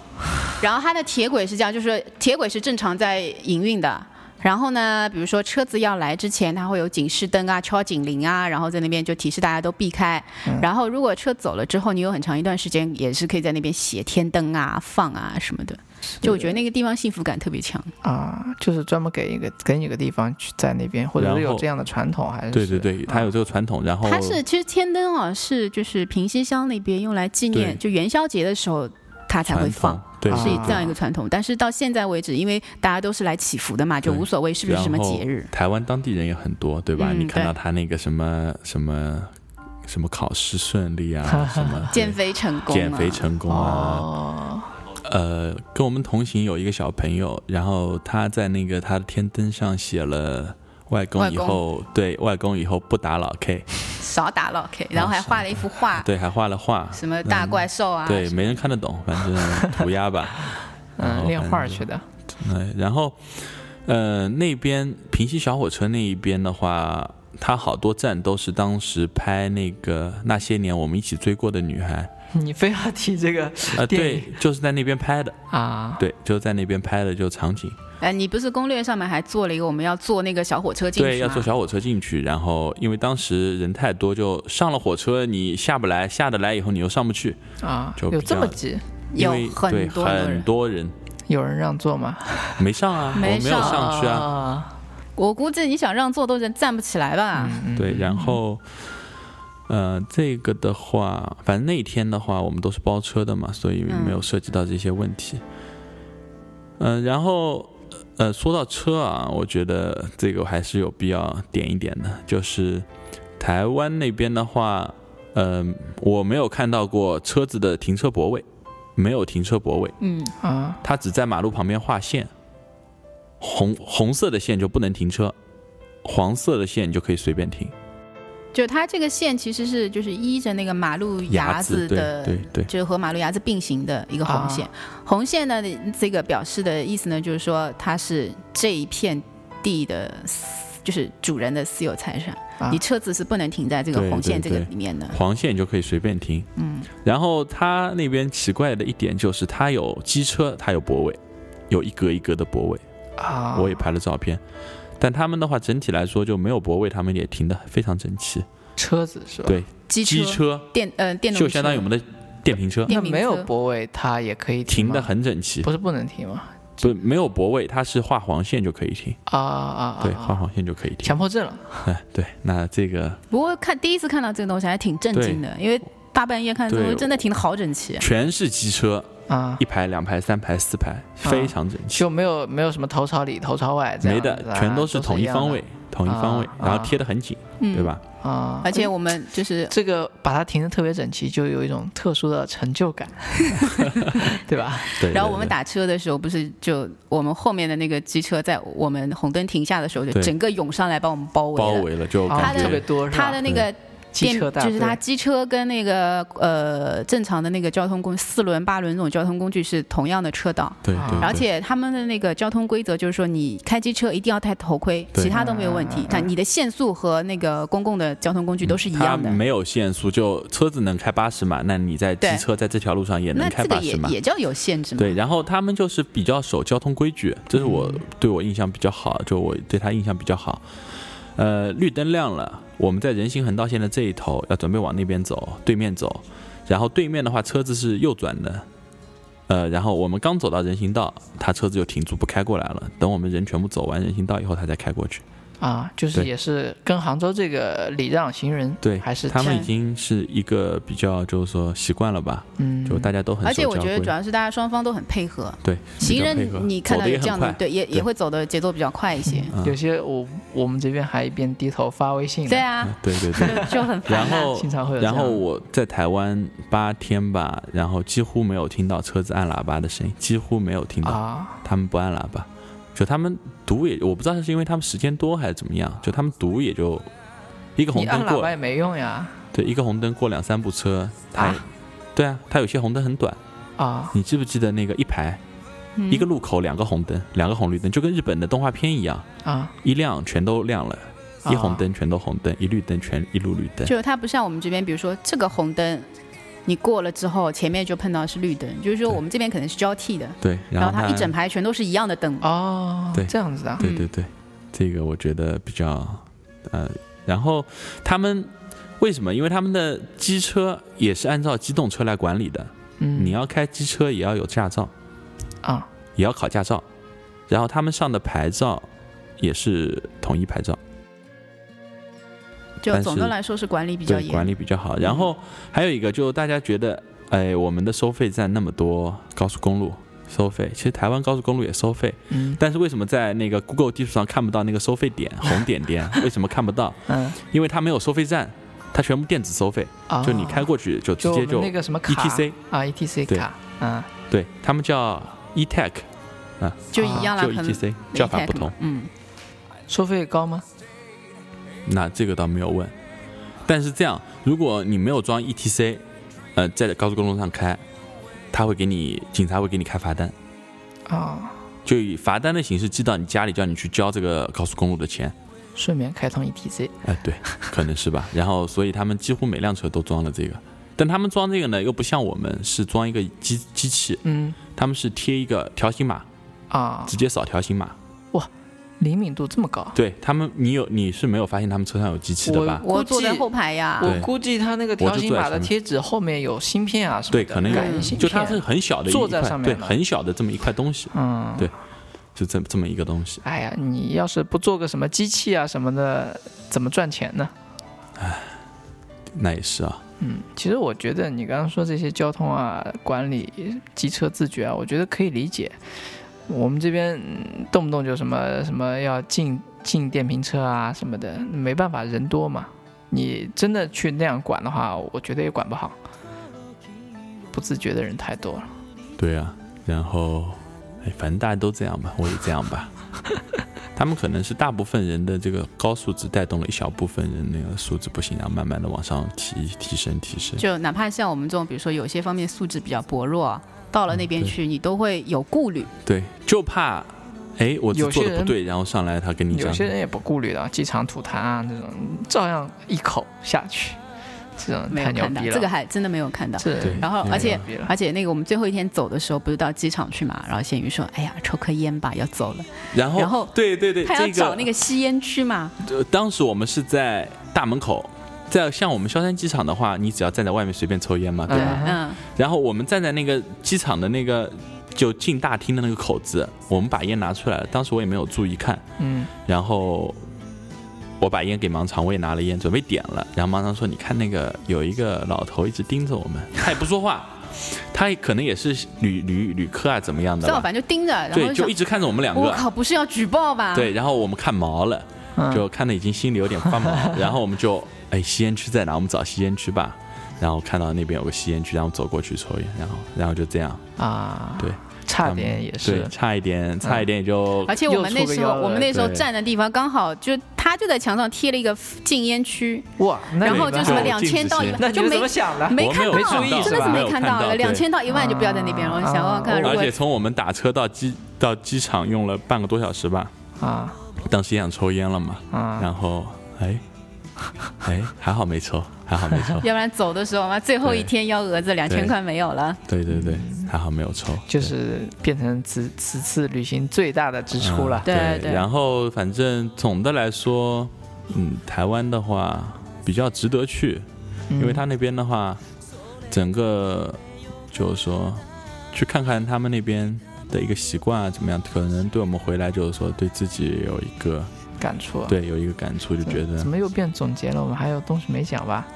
S3: 然后它的铁轨是这样，就是铁轨是正常在营运的。然后呢，比如说车子要来之前，它会有警示灯啊、敲警铃啊，然后在那边就提示大家都避开。然后如果车走了之后，你有很长一段时间也是可以在那边写天灯啊、放啊什么的。就我觉得那个地方幸福感特别强。
S2: 啊、就是专门给一个给你一个地方去在那边，或者
S1: 然
S2: 是有
S1: 后
S2: 这样的传统，还是
S1: 对对对，它有
S2: 啊
S1: 这个传统，然后
S3: 它是其实天灯啊，是就是平西乡那边用来纪念，
S1: 对
S3: 就元宵节的时候它才会
S1: 传
S3: 放
S1: 统。，对，
S2: 啊
S3: 是以
S1: 对
S3: 这样一个传统，但是到现在为止，因为大家都是来祈福的嘛，就
S1: 对
S3: 无所谓是不是什么节日
S1: 然后。台湾当地人也很多，对吧？
S3: 嗯
S1: 你看到他那个什么什么什么考试顺利啊，什么
S3: 减肥成功、啊，
S1: 减肥成功啊，
S2: 哦，
S1: 呃，跟我们同行有一个小朋友，然后他在那个他的天灯上写了。外公
S3: 外
S1: 以
S3: 公
S1: 后对外公以后不打老 K，
S3: 少打了
S1: 啊
S3: K，然后还画了一幅画，
S1: 对，还画了画，
S3: 什么大怪兽啊，
S1: 对，没人看得懂，反正涂鸦吧。然
S2: 嗯，
S1: 后
S2: 练
S1: 反
S2: 画儿
S1: 正
S2: 去的，
S1: 哎，然后，呃，那边平西小火车那一边的话，它好多站都是当时拍那个那些年我们一起追过的女孩，
S2: 你非要提这个
S1: 呃，
S2: 电
S1: 对，就是在那边拍的，
S2: 啊，
S1: 对，就在那边拍的，就场景，
S3: 哎，你不是攻略上面还做了一个我们要坐那个小火车进去吗？
S1: 对，要坐小火车进去，然后因为当时人太多，就上了火车你下不来，下得来以后你又上不去，
S2: 啊，
S1: 就
S2: 有
S1: 比
S2: 这么
S1: 较
S2: 急？
S1: 因
S3: 有
S1: 为
S3: 很
S1: 对
S3: 多
S1: 很
S3: 人
S1: 多人
S2: 有人让座吗？
S1: 没上啊，我
S3: 没
S1: 没有
S3: 上哦
S1: 上去啊，
S2: 啊，
S3: 我估计你想让座都人站不起来吧？
S2: 嗯
S1: 对，然后，呃，这个的话，反正那一天的话，我们都是包车的嘛，所以没有涉及到这些问题。嗯、然后，呃，说到车啊，我觉得这个还是有必要点一点的，就是台湾那边的话，呃，我没有看到过车子的停车泊位，没有停车泊位，
S3: 嗯，
S2: 啊，
S1: 它只在马路旁边画线，红红色的线就不能停车，黄色的线就可以随便停。
S3: 就它这个线其实是就是依着那个马路牙
S1: 子
S3: 的
S1: 对对对
S3: 就是和马路牙子并行的一个红
S1: 啊
S3: 线。红线呢，这个表示的意思呢，就是说它是这一片地的私，就是主人的私有财产，
S2: 啊
S3: 你车子是不能停在这个
S1: 对
S3: 红线
S1: 对
S3: 这个
S1: 对
S3: 里面的。
S1: 黄线就可以随便停。
S3: 嗯，
S1: 然后它那边奇怪的一点就是，它有机车，它有泊位，有一格一格的泊位，
S2: 啊，
S1: 我也拍了照片。但他们的话，整体来说就没有泊位，他们也停的非常整齐。
S2: 车子是吧？
S1: 对，
S3: 机车、
S1: 机车
S3: 电呃电动车
S1: 就相当于我们的电瓶车，
S3: 电
S2: 那
S3: 瓶
S2: 没有
S3: 车
S2: 泊位，它也可以
S1: 停
S2: 吗
S1: 的，很整齐，
S2: 不是不能停吗？
S1: 不没有泊位，它是画黄线就可以停，
S2: 啊啊啊！
S1: 对，
S2: 啊
S1: 画黄线就可以停
S2: 强。迫症了，
S1: 哎，对，那这个
S3: 不过看第一次看到这个东西还挺震惊的，因为大半夜看这东西
S1: 对
S3: 真的停的好整齐。啊
S1: 全是机车，
S2: 啊，
S1: 一排、两排、三排、四排，
S3: 啊
S1: 非常整齐。
S2: 就没有没有什么头朝里头朝外这样
S1: 没
S2: 子
S1: 的
S2: 啊，，
S1: 全
S2: 都
S1: 都是统一
S2: 样
S1: 方
S2: 的
S1: 位，统一方位
S2: 啊，
S1: 然
S2: 啊
S1: 后贴得很紧，
S3: 嗯
S1: 对吧？
S2: 啊。
S3: 而且我们就是
S2: 这个把它停的特别整齐，就有一种特殊的成就感， 对 吧？
S1: 对。
S3: 然后
S1: 对
S3: 我们
S1: 对
S3: 打车的时候，不是就我们后面的那个机车在我们红灯停下的时候，就
S1: 对
S3: 整个涌上来把我们包围
S1: 包
S3: 了。
S1: 围了，就
S2: 啊，
S1: 感
S3: 的
S1: 觉
S2: 特别多是吧？
S3: 他的那个
S2: 机车大
S3: 就是它
S2: 队
S3: 机车跟那个呃正常的那个交通工四轮八轮这种交通工具是同样的车道，
S1: 对
S2: 啊
S1: 对，
S3: 而
S1: 对
S3: 且他们的那个交通规则就是说，你开机车一定要戴头盔，
S1: 对嗯
S3: 其他都没有问题。但你的限速和那个公共的交通工具都是一
S1: 嗯它
S3: 样的。
S1: 没有限速，就车子能开八十码，那你在机
S3: 对
S1: 车在这条路上也能
S3: 那
S1: 开
S3: 这个
S1: 八
S3: 也
S1: 十码。
S3: 也叫有限制嘛？
S1: 对，然后他们就是比较守交通规矩，这是我
S3: 嗯
S1: 对我印象比较好，就我对他印象比较好。呃，绿灯亮了，我们在人行横道线的这一头要准备往那边走，对面走，然后对面的话车子是右转的，呃，然后我们刚走到人行道，他车子就停住不开过来了，等我们人全部走完人行道以后，他再开过去。
S2: 啊，就是
S1: 对
S2: 也是跟杭州这个礼让行人
S1: 对，
S2: 还是
S1: 他们已
S3: 挺
S1: 经是一个比较就是说习惯了吧，
S2: 嗯，
S1: 就大家都很
S3: 而
S1: 守
S3: 且我
S1: 交
S3: 觉得
S1: 规
S3: 主要是大家双方都很配合，
S1: 对，比
S3: 行
S1: 较配合
S3: 人你看
S1: 走
S3: 到
S1: 得也
S3: 有这
S1: 很
S3: 样的
S1: 快，，
S3: 对，也也
S1: 对
S3: 会走的节奏比较快 一些。
S1: 嗯
S2: 有些我我们这边还一边低头发微信呢，
S3: 对 啊，
S1: 对对对。
S3: 就就很烦
S1: 然
S3: 啊。
S1: 后
S2: 经常会有这
S1: 然
S2: 样的。
S1: 后我在台湾八天吧，然后几乎没有听到车子按喇叭的声音，几乎没有听到。
S2: 啊，
S1: 他们不按喇叭，就他们堵也，我不知道是因为他们时间多还是怎么样，就他们堵也就一个红
S2: 你
S1: 灯
S2: 按喇
S1: 过
S2: 叭
S1: 了，
S2: 也没用呀，
S1: 对，一个红灯过两三部车，它、
S2: 啊
S1: 对啊，它有些红灯很短，
S2: 啊，
S1: 你记不记得那个一排、
S3: 嗯
S1: 一个路口两个红灯，两个红绿灯，就跟日本的动画片一样，
S2: 啊，
S1: 一亮全都亮了，
S2: 啊
S1: 一红灯全都红灯，一绿灯全一路绿灯。
S3: 就是它不像我们这边，比如说这个红灯，你过了之后，前面就碰到的是绿灯，就是说
S1: 对
S3: 我们这边可能是交替的，
S1: 对，
S3: 然
S1: 后
S3: 它一整排全都是一样的灯。
S2: 哦，
S1: 对
S2: 这样子的，
S1: 对
S3: 嗯
S1: 对对，这个我觉得比较，呃，然后他们为什么？因为他们的机车也是按照机动车来管理的，
S2: 嗯，
S1: 你要开机车也要有驾照，
S2: 啊，
S1: 也要考驾照，然后他们上的牌照也是统一牌照，
S3: 就
S1: 但是
S3: 总的来说是管理比较
S1: 对，
S3: 严，嗯
S1: 管理比较好。然后还有一个，就大家觉得，哎，我们的收费站那么多，高速公路收费，其实台湾高速公路也收费，
S2: 嗯
S1: 但是为什么在那个 Google 地图上看不到那个收费点红点 点？为什么看不到？
S2: 嗯，
S1: 因为它没有收费站，它全部电子收费，
S2: 啊，
S1: 就你开过去就直
S2: 就我
S1: 接
S2: 们
S1: 就
S2: 那个什么卡
S1: ETC，
S2: 啊，ETC
S1: 对
S2: 卡，嗯
S1: 对他们叫 E ETAC，
S3: 就一样了，
S1: 啊就
S3: 可能
S1: ETC，
S3: 每
S1: 叫
S3: 一
S1: 法
S3: 台
S1: 不
S3: 可能
S2: E
S1: 同。，
S3: 嗯，
S2: 收费高吗？
S1: 那这个倒没有问，但是这样，如果你没有装 ETC，呃，在高速公路上开，他会给你警察会给你开罚单，
S2: 啊，
S1: 就以罚单的形式寄到你家里，叫你去交这个高速公路的钱。
S2: 顺便开通 E ETC，
S1: 哎、对，可能是吧。然后，所以他们几乎每辆车都装了这个，但他们装这个呢，又不像我们是装一个机机器，
S2: 嗯
S1: 他们是贴一个条形码，
S2: 啊，
S1: 直接扫条形码。
S2: 灵敏度这么高，
S1: 对他们，你有你是没有发现他们车上有机器的吧？
S3: 我
S2: 估
S3: 坐在
S2: 计
S3: 后排呀，
S1: 对
S2: 我估计它那个
S1: 我
S2: 条
S1: 就
S2: 形
S1: 坐在
S2: 码的
S1: 上面
S2: 贴纸后面有芯片啊什么
S1: 对，
S2: 的
S1: 可能
S2: 感应
S1: 有，
S2: 芯片
S1: 就它是很小的一
S2: 坐
S1: 块
S2: 在，上面
S1: 对，
S2: 的
S1: 很小的这么一块东西，
S2: 嗯，
S1: 对就这这么一个东西。
S2: 哎呀，你要是不做个什么机器啊什么的，怎么赚钱呢？
S1: 那也是啊，
S2: 嗯，其实我觉得你刚刚说这些交通啊、管理、机车自觉啊，我觉得可以理解。我们这边嗯动不动就什么什么要禁禁电瓶车啊什么的，没办法，人多嘛。你真的去那样管的话，我觉得也管不好。不自觉的人太多了。
S1: 对啊。然后，哎，反正大家都这样吧，我也这样 吧。他们可能是大部分人的这个高素质带动了一小部分人那个素质不行，然后慢慢的往上提提升提升。
S3: 就哪怕像我们这种，比如说有些方面素质比较薄弱，到了那
S1: 嗯
S3: 边
S1: 对
S3: 去，你都会有顾虑。
S1: 对，就怕，哎，我做
S2: 有些
S1: 的不
S2: 人
S1: 对，然后上来他跟你
S2: 有
S1: 讲，
S2: 些人也不顾虑的，机场吐痰啊这种，照样一口下去，这种
S3: 没
S2: 太
S3: 有
S2: 牛
S3: 看到，
S2: 逼了。
S3: 这个还真的没有看到。
S2: 这
S1: 对
S3: 然后
S1: 没，有
S3: 而且
S2: 看到
S3: 而且那个我们最后一天走的时候，不是到机场去嘛？然后咸鱼说：“哎呀，抽颗烟吧，要走了。
S1: 然后
S3: 然后
S1: 对对”对，
S3: 他要
S1: 这
S3: 找那个吸烟区嘛？
S1: 呃，当时我们是在大门口，在像我们萧山机场的话，你只要站在外面随便抽烟嘛，对
S3: 对，
S1: 吧？
S3: 嗯，
S1: 然后我们站在那个机场的那个就进大厅的那个口子，我们把烟拿出来了，当时我也没有注意看，
S2: 嗯
S1: 然后我把烟给盲肠，我也拿了烟准备点了，然后盲肠说：“你看那个有一个老头一直盯着我们，他也不说话，他可能也是旅旅旅客啊怎么样的
S3: 正好
S1: 吧，
S3: 反正就盯着，然后
S1: 对，
S3: 想
S1: 就一直看着我们两
S3: 我
S1: 个，
S3: 靠，不是要举报吧？
S1: 对，然后我们看毛了。”
S2: 啊嗯，
S1: 就看的已经心里有点 发毛，然后我们就哎吸烟区在哪？我们找吸烟区吧。然后看到那边有个吸烟区，然后走过去抽烟，然后然后就这样，
S2: 啊，
S1: 对，
S2: 差点也是嗯
S1: 对，差一点，差一点也就、
S3: 而且我们那
S2: 又出
S3: 时
S2: 个
S3: 候
S2: 幺，了
S3: 我们那时候
S1: 对
S3: 站的地方刚好就他就在墙上贴了一个禁烟区，
S2: 哇，那
S3: 然
S2: 你
S3: 后
S2: 们
S3: 就什么
S1: 就
S3: 两千到一
S1: 禁
S2: 那
S3: 万，
S2: 你
S3: 就
S2: 们
S3: 没
S2: 怎么想 的？
S1: 我没
S3: 看
S1: 有
S3: 到，
S2: 注意
S3: 真的是没
S1: 是吧
S3: 看
S1: 没有看到
S3: 两千到一万
S2: 对
S3: 就不要在那边了。我
S2: 啊
S3: 想想看，如
S1: 而
S3: 果，
S1: 且从我们打车到机到机场用了半个多小时吧，
S2: 啊
S1: 当时也想抽烟了嘛，
S2: 啊
S1: 然后哎哎还好没抽，还好没抽
S3: 要不然走的时候嘛，最后一天幺蛾子两千块没有了。
S1: 对对对，还好没有抽，对
S2: 就是变成此此次旅行最大的支出了。
S1: 嗯对
S3: 对对
S1: 然后反正总的来说，嗯，台湾的话比较值得去，
S2: 嗯
S1: 因为他那边的话，整个就是说去看看他们那边的一个习惯啊怎么样，可能对我们回来就是说对自己有一个
S2: 感触，，
S1: 嗯
S2: 啊
S1: 对有一个感触，就觉得
S2: 怎么又变总结了？我们还有东西没讲吧？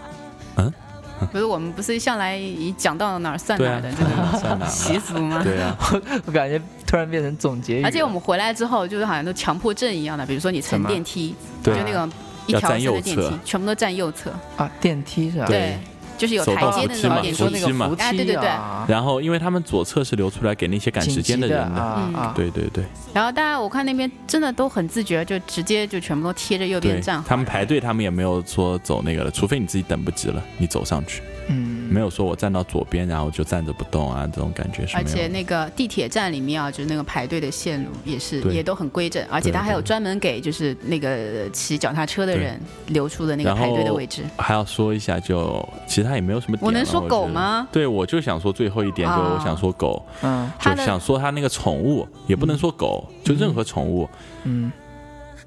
S3: 不是我们不是向来以讲到哪儿算
S1: 对
S3: 哪儿
S1: 啊
S3: 的，这
S1: 算
S3: 种
S1: 哪算哪
S3: 习
S1: 吧，
S3: 俗吗？
S1: 对啊，
S2: 我感觉突然变成总结语了，
S3: 而且我们回来之后，就是好像都强迫症一样的，比如说你
S2: 什
S3: 乘
S2: 么
S3: 电梯，就
S1: 对
S3: 那种一
S1: 要
S3: 条
S1: 站
S3: 线的
S1: 右
S3: 电
S1: 侧
S3: 梯，全部都站右侧。
S2: 啊电梯是吧？
S1: 对
S3: 就是有
S1: 手
S3: 台
S1: 动
S3: 阶
S1: 扶
S3: 的
S1: 梯
S3: 那
S1: 嘛
S3: 种电
S1: 扶
S2: 说
S3: 梯
S1: 梯。
S2: 那个
S1: 嘛
S2: 扶
S3: 哎对对
S2: 梯
S3: 对
S2: 啊，
S1: 然后因为他们左侧是留出来给那些赶时间
S2: 紧急
S1: 人
S2: 的
S1: 的，
S2: 啊
S3: 嗯
S2: 啊，
S1: 对对对
S3: 然后大家我看那边真的都很自觉，就直接就全部都贴着右边
S1: 对
S3: 站，好。
S1: 他们排队他们也没有说走那个了，除非你自己等不及了，你走上去，
S2: 嗯，
S1: 没有说我站到左边然后就站着不动啊，这种感觉是
S3: 而
S1: 没有
S3: 且
S1: 的。
S3: 那个地铁站里面啊，就是那个排队的线路也是
S1: 对
S3: 也都很规整，而且
S1: 对
S3: 它还有
S1: 对
S3: 专门给就是那个骑脚踏车的
S1: 对
S3: 人留出的那个
S1: 然
S3: 排队的
S1: 后
S3: 位置。
S1: 还要说一下就，其他也没有什么点了。
S3: 我能说
S1: 觉
S3: 狗
S1: 得
S3: 吗？
S1: 对，我就想说最后一点，就
S3: 啊
S1: 我想说狗，
S2: 嗯
S3: 它
S1: 就
S3: 的
S1: 想说它那个宠物，也不能说狗，就任何宠物，
S2: 嗯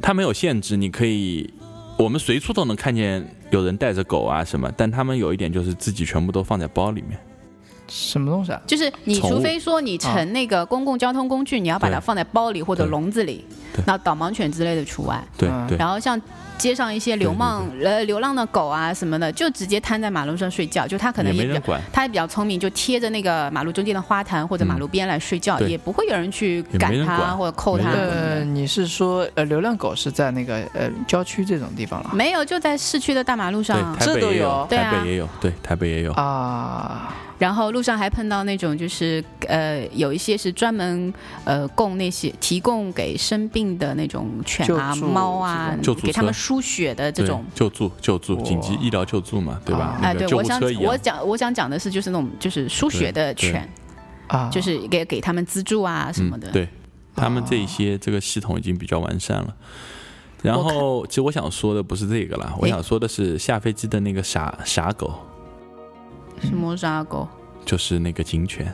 S1: 它没有限制，你可以，我们随处都能看见有人带着狗啊什么，但他们有一点就是自己全部都放在包里面，
S2: 什么东西啊？
S3: 就是你
S1: 宠物
S3: 除非说你乘那个公共交通工具，你要把它
S1: 啊对
S3: 放在包里或者
S1: 对
S3: 笼子里
S1: 对，
S3: 那导盲犬之类的除外。
S1: 对
S2: 嗯
S1: 对
S3: 然后像街上一些流浪呃流浪的狗啊什么的，就直接瘫在马路上睡觉，就它可能
S1: 也没
S3: 也比
S1: 人
S3: 较。
S1: 管，
S3: 它也比较聪明，就贴着那个马路中间的花坛或者马路边来睡觉，
S1: 嗯对
S3: 也不会有人去
S1: 也没
S3: 赶
S1: 人
S3: 它
S1: 管
S3: 或者扣它
S1: 没
S3: 什
S1: 人
S3: 么
S1: 管
S3: 的
S2: 呃，。你是说呃，流浪狗是在那个呃郊区这种地方了
S3: 没有，就在市区的大马路
S1: 对，
S3: 上，
S1: 台
S2: 这
S1: 北
S2: 都
S1: 也
S2: 有
S3: 对啊
S1: 台北也有，对，台北也有，
S2: 啊？
S3: 然后路上还碰到那种就是呃，有一些是专门呃供那些提供给生病的那种犬啊、
S2: 救助
S3: 猫啊
S1: 这种救，助
S3: 给他
S1: 车
S3: 们输血的这
S1: 对
S3: 种。
S1: 救助救助
S2: 哇
S1: 紧急医疗救助嘛，对吧
S2: 啊？
S1: 那
S3: 哎，
S1: 个
S3: 对，
S1: 救
S3: 我
S1: 护
S3: 想
S1: 车一
S3: 我
S1: 样，
S3: 讲我想讲的是，就是那种就是输血的
S1: 对对
S3: 犬，
S2: 啊，
S3: 就是给给他们资助啊什么的。
S1: 嗯、对他们这一些这个系统已经比较完善了。然后，其实我想说的不是这个啦，我想说的是下飞机的那个傻傻狗，
S3: 什么杀狗？
S1: 就是那个警犬，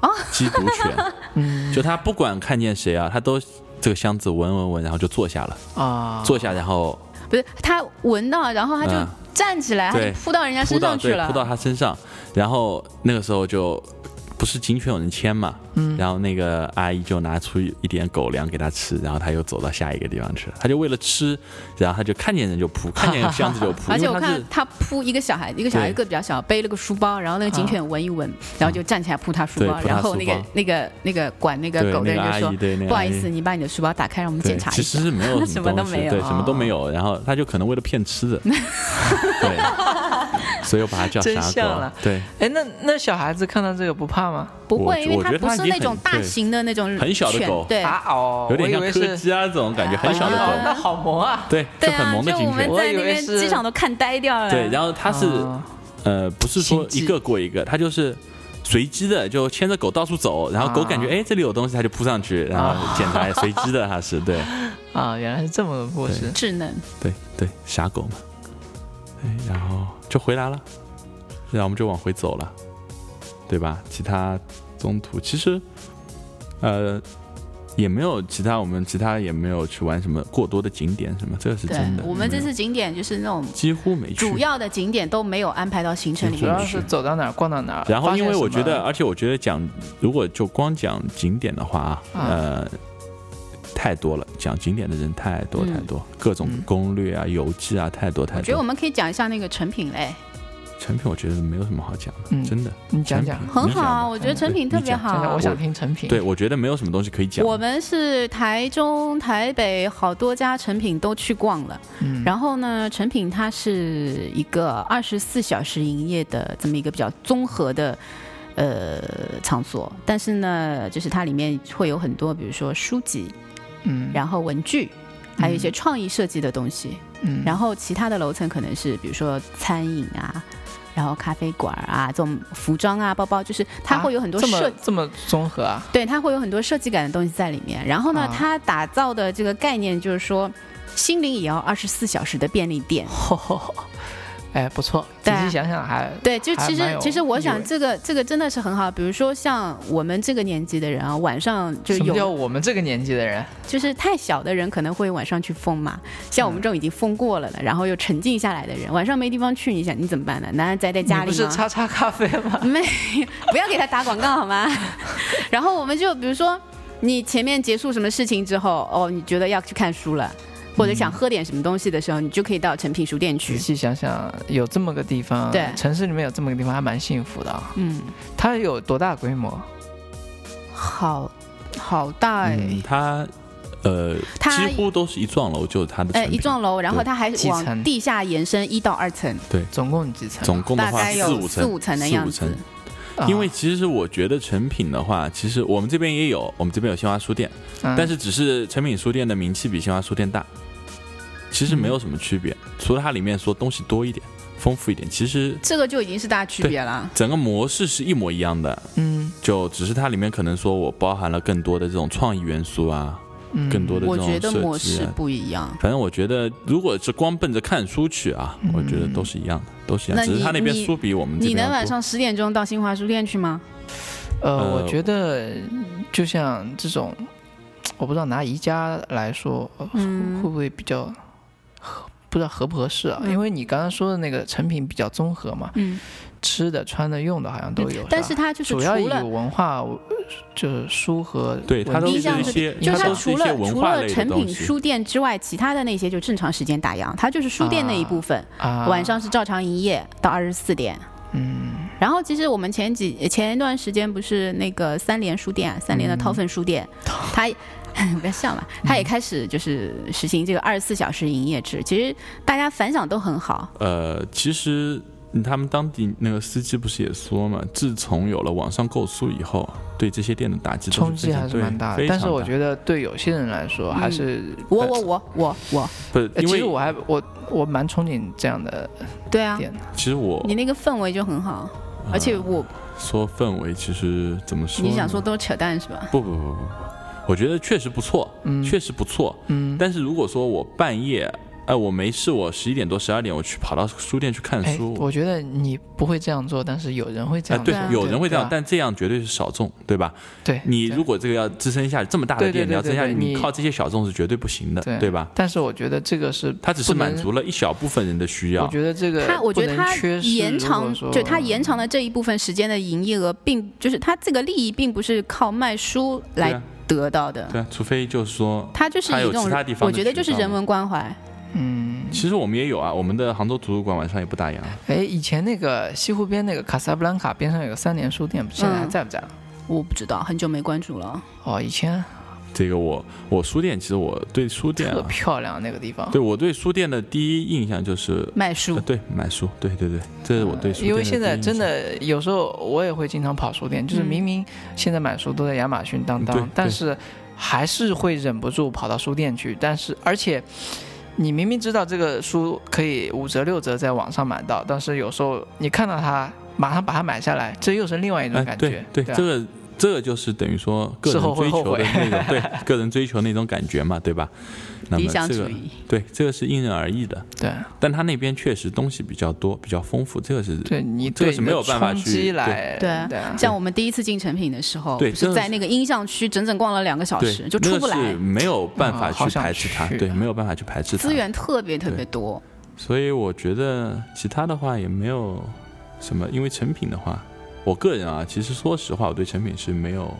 S3: 哦
S1: 缉毒 犬，
S2: 嗯
S1: 就它不管看见谁啊，它都这个箱子闻闻闻，然后就坐下了，
S2: 啊，
S1: 坐下，然后
S3: 不是，它闻到，然后它就
S1: 嗯
S3: 站起来，它
S1: 对
S3: 就扑到人家
S1: 扑
S3: 身
S1: 到
S3: 上
S1: 对
S3: 去
S1: 扑到
S3: 了。
S1: 它身上，然后那个时候就不是警犬有人牵嘛，
S2: 嗯
S1: 然后那个阿姨就拿出一点狗粮给它吃，然后它又走到下一个地方去了，它就为了吃，然后它就看见人就扑，看见箱子就扑，
S3: 而且
S1: 因为
S3: 我
S1: 它是
S3: 看它扑一个小孩，一个小孩
S1: 对啊
S3: 个比较小，背了个书包，然后那个警犬闻一闻，然后就站起来扑他书包，
S1: 对扑他
S3: 然后那
S1: 书
S3: 个
S1: 包
S3: 那个那个管那
S1: 对
S3: 个狗的
S1: 那个
S3: 人就
S1: 阿
S3: 说
S1: 姨，对那个
S3: 不好
S1: 阿
S3: 意
S1: 姨
S3: 思，你把你的书包打开，让我们
S1: 对，
S3: 检查
S1: 其
S3: 一下
S1: 实。是没有
S3: 什
S1: 么
S3: 么
S1: 东西，
S3: 都没有哦
S1: 对，什么都没有。然后他就可能为了骗吃的，对，所以我把它叫
S2: 真
S1: 傻
S2: 相
S1: 狗
S2: 了。
S1: 对，
S2: 哎，那那小孩子看到这个不怕吗？
S3: 不
S1: 我
S3: 会，因为
S1: 我
S3: 它
S1: 觉得
S3: 不
S1: 它
S3: 是
S1: 已经
S3: 那种
S1: 很
S3: 大
S1: 对
S3: 型的那种
S1: 很小的
S3: 犬
S1: 狗
S3: 对
S2: 啊哦，
S1: 有点
S2: 我以
S1: 像
S2: 为
S1: 柯
S2: 是
S1: 基啊这种感觉，很小的
S3: 啊
S1: 狗。
S2: 那好萌啊！
S1: 对，
S3: 对
S1: 就很
S3: 啊，
S1: 萌的
S3: 就哦
S1: 警
S3: 我们
S1: 犬。
S2: 我
S3: 在
S2: 以
S3: 那
S2: 为
S3: 边
S2: 是
S3: 机场都看呆掉了。
S1: 对，然后它是
S2: 啊
S1: 呃，不是说
S2: 心
S1: 一
S2: 机
S1: 个过一个，它就是随机的，就牵着狗到处走，然后狗感觉
S2: 啊
S1: 哎这里有东西，它就扑上去，然后检查，随机的它是对
S2: 啊，原来是这么个故事。
S3: 智能，
S1: 对对傻狗嘛。对，然后就回来了，然后我们就往回走了，对吧？其他中途其实，呃，也没有其他，我们其他也没有去玩什么过多的景点什么，这个是
S3: 对
S1: 真的。
S3: 我们这
S1: 没有
S3: 次景点就是那种
S1: 几乎没去
S3: 主。要的景点都没有安排到行程里
S2: 主
S1: 对
S3: 面
S2: 要
S3: 去。
S2: 是走到哪儿逛到哪儿，
S1: 然后
S2: 发
S1: 因
S2: 现
S1: 为我
S2: 什么
S1: 觉得，而且我觉得讲，如果就光讲景点的话啊，
S2: 啊
S1: 呃，太多了，讲景点的人太多
S3: 嗯
S1: 太多，各种
S2: 嗯
S1: 攻略啊、游记啊，太多太
S3: 我觉得我
S1: 多。
S3: 们可以讲一下那个成品类，
S1: 成品我觉得没有什么好讲的，
S2: 嗯
S1: 真的。
S2: 你讲讲
S1: 成品
S3: 很
S1: 你
S3: 好
S1: 讲
S3: 啊，
S1: 吧
S3: 我觉得成品特别
S2: 讲讲，
S3: 好
S2: 我。想听成品。
S1: 对，我觉得没有什么东西可以讲。
S3: 我们是台中、台北好多家成品都去逛了，
S2: 嗯，
S3: 然后呢，成品它是一个二十四小时营业的这么一个比较综合的。呃，场所，但是呢，就是它里面会有很多，比如说书籍，
S2: 嗯，
S3: 然后文具，还有一些创意设计的东西。
S2: 嗯，
S3: 然后其他的楼层可能是比如说餐饮啊，然后咖啡馆啊，这种服装啊、包包，就是它会有很多
S2: 这
S3: 设，
S2: 么这么综合 啊，
S3: 对，它会有很多设计感的东西在里面。然后呢，
S2: 啊
S3: 它打造的这个概念就是说，心灵也要二十四小时的便利店。
S2: 哎，不错，仔
S3: 对啊
S2: 细想想还
S3: 对，就
S2: 还
S3: 其
S2: 蛮
S3: 实
S2: 有
S3: 其实我
S2: 意
S3: 想
S2: 味
S3: 这个这个真的是很好，比如说像我们这个年纪的人啊，晚上就
S2: 什么叫
S3: 有
S2: 我们这个年纪的人？
S3: 就是太小的人可能会晚上去疯嘛，像我们这种已经疯过了的，然后又沉静下来的人，晚上没地方去，你想你怎么办呢？难道宅在家
S2: 你
S3: 里
S2: 不
S3: 吗？
S2: 是叉叉咖啡 吗？
S3: 没，不要给他打广告好吗？ 然后我们就比如说，你前面结束什么事情之后，哦，你觉得要去看书了，或者想
S1: 嗯
S3: 喝点什么东西的时候，你就可以到诚品书店
S2: 仔
S3: 去。
S2: 细想想，有这么个地方，
S3: 对
S2: 城市里面有这么个地方，还蛮幸福的啊。
S3: 嗯，
S2: 它有多大规模？
S3: 好好大哎、
S1: 嗯，它呃，
S3: 它
S1: 几乎都是一幢楼，就是它的
S3: 呃
S1: 成
S3: 一
S1: 品。
S3: 幢楼，然后它还
S2: 几层
S3: 往地下延伸一到二层，
S2: 总共几层？
S1: 总共的
S3: 大
S1: 话
S3: 概
S1: 四
S3: 有
S1: 五
S3: 四
S1: 层，
S3: 五层的
S1: 四
S3: 样
S1: 五层
S3: 子。
S2: 啊
S1: 因为其实我觉得成品的话，其实我们这边也有，我们这边有新华书店，
S2: 嗯
S1: 但是只是成品书店的名气比新华书店大，其实没有什么区别，除了它里面说东西多一点、丰富一点，其实
S3: 这个就已经是大区别了。
S1: 整个模式是一模一样的，
S2: 嗯
S1: 就只是它里面可能说我包含了更多的这种创意元素啊，
S2: 嗯
S1: 更多的
S3: 我
S1: 这种
S3: 觉得
S1: 设
S3: 模
S1: 计
S3: 式
S1: 啊
S3: 不一样。
S1: 反正我觉得，如果是光奔着看书去啊，
S2: 嗯
S1: 我觉得都是一样的，都是一样，
S3: 那
S1: 只是
S3: 你
S1: 他那边
S3: 你
S1: 书比我们嗯这
S3: 你
S1: 边要
S3: 能晚
S1: 多
S3: 上十点钟到新华书店去吗？
S2: 呃，
S1: 呃
S2: 我觉得就像这种，我不知道拿宜家来说，
S1: 哦
S2: 呃
S3: 嗯
S2: 会不会比较合不知道合不合适啊？
S3: 嗯
S2: 因为你刚刚说的那个成品比较综合嘛，
S3: 嗯，
S2: 吃的、穿的、用的好像都有。
S3: 但
S2: 吧
S3: 是它就是
S2: 主
S3: 除
S2: 要以
S3: 了
S2: 文化呃就是书和
S1: 对，它
S2: 文
S1: 都是一
S2: 字
S3: 印象是
S1: 些，
S3: 就
S2: 它
S1: 它
S3: 它
S1: 都是
S3: 除
S1: 一些
S3: 了
S1: 文
S3: 除
S1: 化
S3: 了
S1: 类的
S3: 成
S1: 东
S3: 品
S1: 西。
S3: 书店之外，其他的那些就正常时间打烊，它就是书店那一部分，
S2: 啊
S3: 晚上是照常营业到二十四点。
S2: 嗯
S3: 然后其实我们前几前一段时间不是那个三联书店啊，三联的
S2: 嗯
S3: 掏粪书 店，它 不要笑嘛，它也开始就是实行这个二十四小时营业制，其实大家反响都很好。
S1: 呃，其实嗯他们当地那个司机不是也说嘛，自从有了网上购书以后，对这些店的打击都
S2: 冲击还是
S1: 非常
S2: 蛮大的，
S1: 对
S2: 但是我
S1: 得
S2: 觉得对有些人来说还
S3: 嗯
S2: 是
S3: 我
S2: 呃
S3: 我我我我，
S1: 不
S2: 呃，
S1: 因
S2: 其
S1: 为
S2: 实我还我我蛮憧憬这样的
S3: 对啊，
S2: 店的，
S1: 其实我
S3: 你那个氛围就很
S1: 啊
S3: 好，而且我
S1: 说氛围，其实怎么说呢？
S3: 你想说都是扯淡是吧？
S1: 不不不不不，我觉得确实不错，
S2: 嗯
S1: 确实不错。
S2: 嗯，
S1: 但是如果说我半夜，哎、我没事，我十一点多、十二点我去跑到书店去看
S2: 哎，
S1: 书，
S2: 我觉得你不会这样做，但是有人会这
S1: 哎，
S2: 样做，
S1: 对
S3: 啊，
S1: 有人会这样，
S2: 对吧
S1: 但这样绝对是小众，对吧？
S2: 对
S1: 你
S2: 对
S1: 如果这个要支撑一下这么大的
S2: 对对
S1: 店，你
S2: 对
S1: 要支撑下去，
S2: 对对
S1: 你
S2: 你
S1: 靠这些小众是绝对不行的
S2: 对，
S1: 对吧？
S2: 但是我觉得这个是，
S1: 它只是
S2: 不能
S1: 满足了一小部分人的需
S2: 我
S1: 要，
S2: 觉得这个
S3: 它我觉得
S2: 不能
S3: 它
S2: 缺失
S3: 延长
S2: 如果，说
S3: 就它
S1: 嗯
S3: 延长的这一部分时间的营业额，并就是它这个利益并不是靠卖书
S1: 对
S3: 来
S1: 啊，
S3: 得到的，
S1: 对啊，除非就是说，
S3: 它就是
S1: 它
S3: 以
S1: 有
S3: 一种
S1: 其他地方的
S3: 我觉得就
S1: 渠
S3: 是
S1: 道
S3: 人文关怀。
S2: 嗯，
S1: 其实我们也有啊，我们的杭州图书馆晚上也不打烊，啊
S2: 哎，以前那个西湖边那个卡萨布兰卡边上有个三联书店，现在还
S3: 嗯
S2: 在不在了？
S3: 我不知道，很久没关注了。
S2: 哦，以前
S1: 这个我我书店，其实我对书店
S2: 特
S1: 啊，
S2: 漂亮那个地方。
S1: 对我对书店的第一印象就是。
S3: 卖
S1: 呃
S3: 书，
S1: 对，买书，对对对，这是我对书店
S2: 因为
S1: 的第
S2: 现
S1: 一
S2: 在
S1: 印
S2: 真
S1: 象哎
S2: 的有时候我也会经常跑书店，就是
S3: 嗯
S2: 明明现在买书都在亚马逊、当
S1: 嗯对
S2: 当
S1: 对，
S2: 但是还是会忍不住跑到书店去。但是而且你明明知道这个书可以五折六折在网上买到，但是有时候你看到它，马上把它买下来，这又是另外一种
S1: 哎，
S2: 感
S1: 对
S2: 觉。啊
S1: 对，
S2: 吧
S1: 这个这个就是等于说个
S2: 事
S1: 人
S2: 后
S1: 追
S2: 会后
S1: 求的
S2: 悔
S1: 那种，对 个人追求那种感觉嘛，对吧？那
S3: 理
S1: 么
S3: 想
S1: 这
S3: 主
S1: 个
S3: 义。
S1: 对，这个是因人而异的，
S2: 对啊
S1: 但他那边确实东西比较多，比较丰富，这个是
S2: 对，你
S1: 这个
S2: 对
S1: 是
S2: 你
S1: 没
S2: 的
S1: 有办法
S2: 冲
S1: 去
S2: 击
S1: 对
S2: 来
S3: 对
S2: 对啊
S3: 像我们第一次进成品的时候，
S1: 对
S3: 不
S1: 真
S3: 是
S1: 的
S3: 在那个音像区整整逛了两个小
S1: 对
S3: 时，就出不
S1: 那个
S3: 来
S1: 是，没有办法
S2: 啊好
S1: 去
S2: 想
S1: 排斥它，
S2: 去
S1: 对，
S2: 啊
S1: 没有办法去排斥它
S3: 资，源特别特别多。
S1: 所以我觉得其他的话也没有什么，因为成品的话，我个人啊，其实说实话，我对成品是没有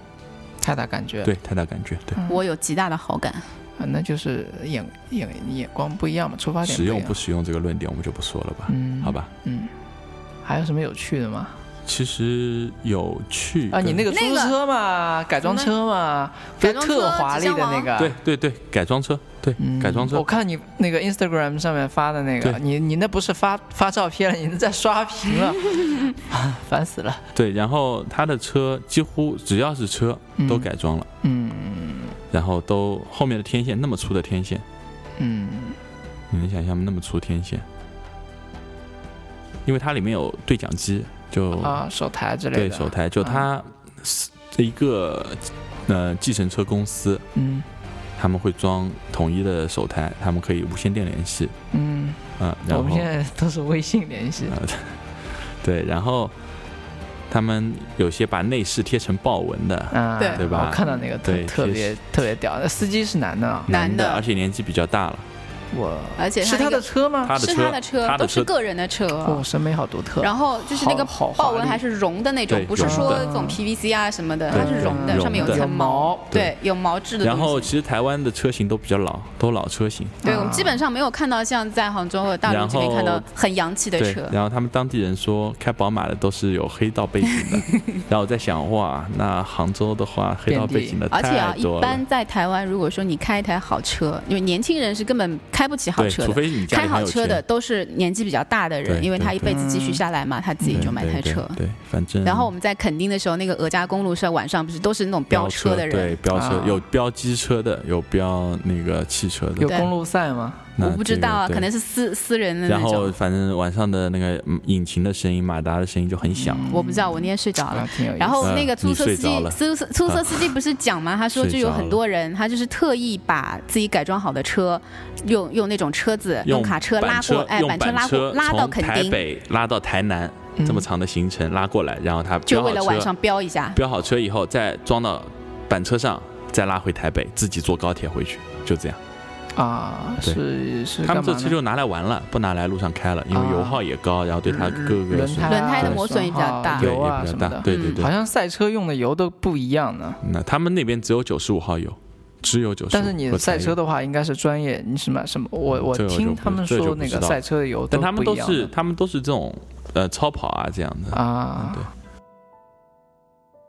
S2: 太大感觉。
S1: 对太大感觉，对。
S3: 我有极大的好感。
S2: 啊，那就是眼眼眼光不一样嘛，出发点
S1: 使
S2: 一
S1: 用
S2: 样
S1: 不使用这个论点，我们就不说了吧，
S2: 嗯，
S1: 好，吧？
S2: 嗯，还有什么有趣的吗？
S1: 其实有趣
S2: 啊，你
S1: 跟
S2: 那个
S3: 那
S2: 出租
S3: 个
S2: 车嘛，改装车嘛，不
S3: 改
S2: 是
S3: 装车
S2: 特华丽的那个，
S1: 对，对对，改装车，对、
S2: 嗯
S1: 改装车
S2: 我，看你那个 Instagram 上面发的那个，
S1: 对
S2: 你你那不是发发照片了，你那在刷屏 了， 啊烦死了。
S1: 对。然后他的车几乎只要是车
S2: 嗯
S1: 都改装了，
S2: 嗯
S1: 然后都后面的天线那么粗的天线，
S2: 嗯，
S1: 你能想象吗？那么粗天线，因为它里面有对讲机，就、
S2: 啊，手台之类
S1: 对
S2: 的，嗯
S1: 手，台，就它是一个呃计程车公司，
S2: 嗯
S1: 他们会装统一的手台，他们可以无线电联系，
S2: 嗯，
S1: 嗯，然
S2: 我
S1: 后
S2: 们现在都是微信联系，
S1: 啊，对，然后他们有些把内饰贴成豹纹的，
S2: 啊，
S3: 对
S1: 对吧
S2: 我看到那个特
S1: 对
S2: 特
S1: 确
S2: 别特别屌，那司机是男的啊，
S3: 男的
S1: 而且年纪比较大了，
S2: 我
S3: 而且
S2: 是
S3: 他
S2: 他
S3: 那
S2: 的
S3: 个
S2: 车吗？
S1: 他的
S3: 是
S1: 车
S3: 他的车，
S1: 他的
S3: 都是
S1: 车
S3: 个人的车。
S2: 哦，审美好独特。
S3: 然后就是那个
S2: 好好华
S3: 豹纹
S2: 丽
S3: 还是绒的那种
S1: 对，
S3: 不是
S1: 绒
S3: 说
S2: 的
S3: 这种 PVC 啊什么的，
S1: 对
S3: 它是绒的，
S1: 对
S3: 上面有
S1: 绒的
S3: 层毛
S2: 有毛，
S3: 对，有毛质的东
S1: 然
S3: 西。
S1: 后其实台湾的车型都比较老，都老车型。
S3: 对我们基本上没有看到像在杭州和大陆这边
S1: 然后
S3: 看到很洋气的
S1: 对
S3: 车，，
S1: 然后他们当地人说开宝马的都是有黑道背景 的，然后我在想哇，那杭州的话黑道背景的
S3: 而且啊，
S1: 太
S3: 一
S1: 多了，
S3: 般在台湾，如果说你开一台好车，因为年轻人是根本开不起好
S1: 对，
S3: 车
S1: 除
S3: 的。
S1: 非你家
S3: 开
S1: 里很
S3: 好
S1: 有
S3: 车
S1: 钱
S3: 的都是年纪比较大的人，
S1: 对
S3: 因为他
S1: 对
S3: 一辈子积蓄
S2: 对
S3: 下来嘛，他自己
S1: 对
S3: 就买
S1: 对
S3: 台
S1: 对
S3: 车。
S1: 对，反正
S3: 然后我们在垦丁的时候，那个俄家公路上晚上不是都是那种
S1: 飙
S3: 车的人，
S1: 对，飙车、
S2: 啊
S1: 有飙机车的，有飙那个汽车的
S2: 有，
S3: 对
S2: 公路赛吗？
S1: 那
S3: 我不知
S1: 这个
S3: 道啊，
S1: 对
S3: 可能是私私人的
S1: 然
S3: 那
S1: 后
S3: 种，
S1: 反正晚上的那个嗯引擎的声音、马达的声音就很响。
S3: 我不知道，我那天睡着了
S2: 啊。，挺有意思。
S3: 然后
S1: 嗯
S3: 那个出租车司
S1: 你睡着
S3: 机
S1: 了，啊
S3: 出租出租车司机不是讲吗？他说
S1: 睡
S3: 就有
S1: 着
S3: 很
S1: 了
S3: 多人，他就是特意把自己改装好的车，用用那种车子，
S1: 用
S3: 卡车拉
S1: 板
S3: 过，哎，
S1: 用
S3: 板
S1: 板车
S3: 拉过，拉到
S1: 从
S3: 垦
S1: 台
S3: 丁，
S1: 北拉到台南、
S2: 嗯
S1: 这么长的行程拉过来，然后他
S3: 就
S1: 飙
S3: 为
S1: 好
S3: 了晚
S1: 车
S3: 上，飙一下。
S1: 飙好车以后再装到板车上，再拉回台北，自己坐高铁回去，就这样。
S2: 啊，
S1: 对
S2: 是是
S1: 他
S2: 干嘛呢，
S1: 们这车就拿来玩了，不拿来路上开了，因为
S2: 啊
S1: 油耗也高，然后对它各个
S2: 轮胎啊、
S3: 轮胎的磨损也比较
S2: 损耗
S3: 大
S1: 对
S2: 油
S1: 也
S2: 啊
S1: 比较
S2: 什么
S1: 大，
S2: 的，
S1: 对对
S3: 嗯
S1: 对
S2: 好。像赛车用的油都不一样呢。
S1: 那他们那边只有九十五号油，只有九十五。
S2: 但是你赛车，的话，应该是专业，你什么什么？我我
S1: 嗯这个我就
S2: 听
S1: 不
S2: 他们
S1: 这个
S2: 说
S1: 就不
S2: 那
S1: 知
S2: 个
S1: 道
S2: 赛车的油
S1: 但他们
S2: 不
S1: 都
S2: 一样
S1: 是
S2: 的
S1: 他们都是这种呃超跑啊这样的。
S2: 啊，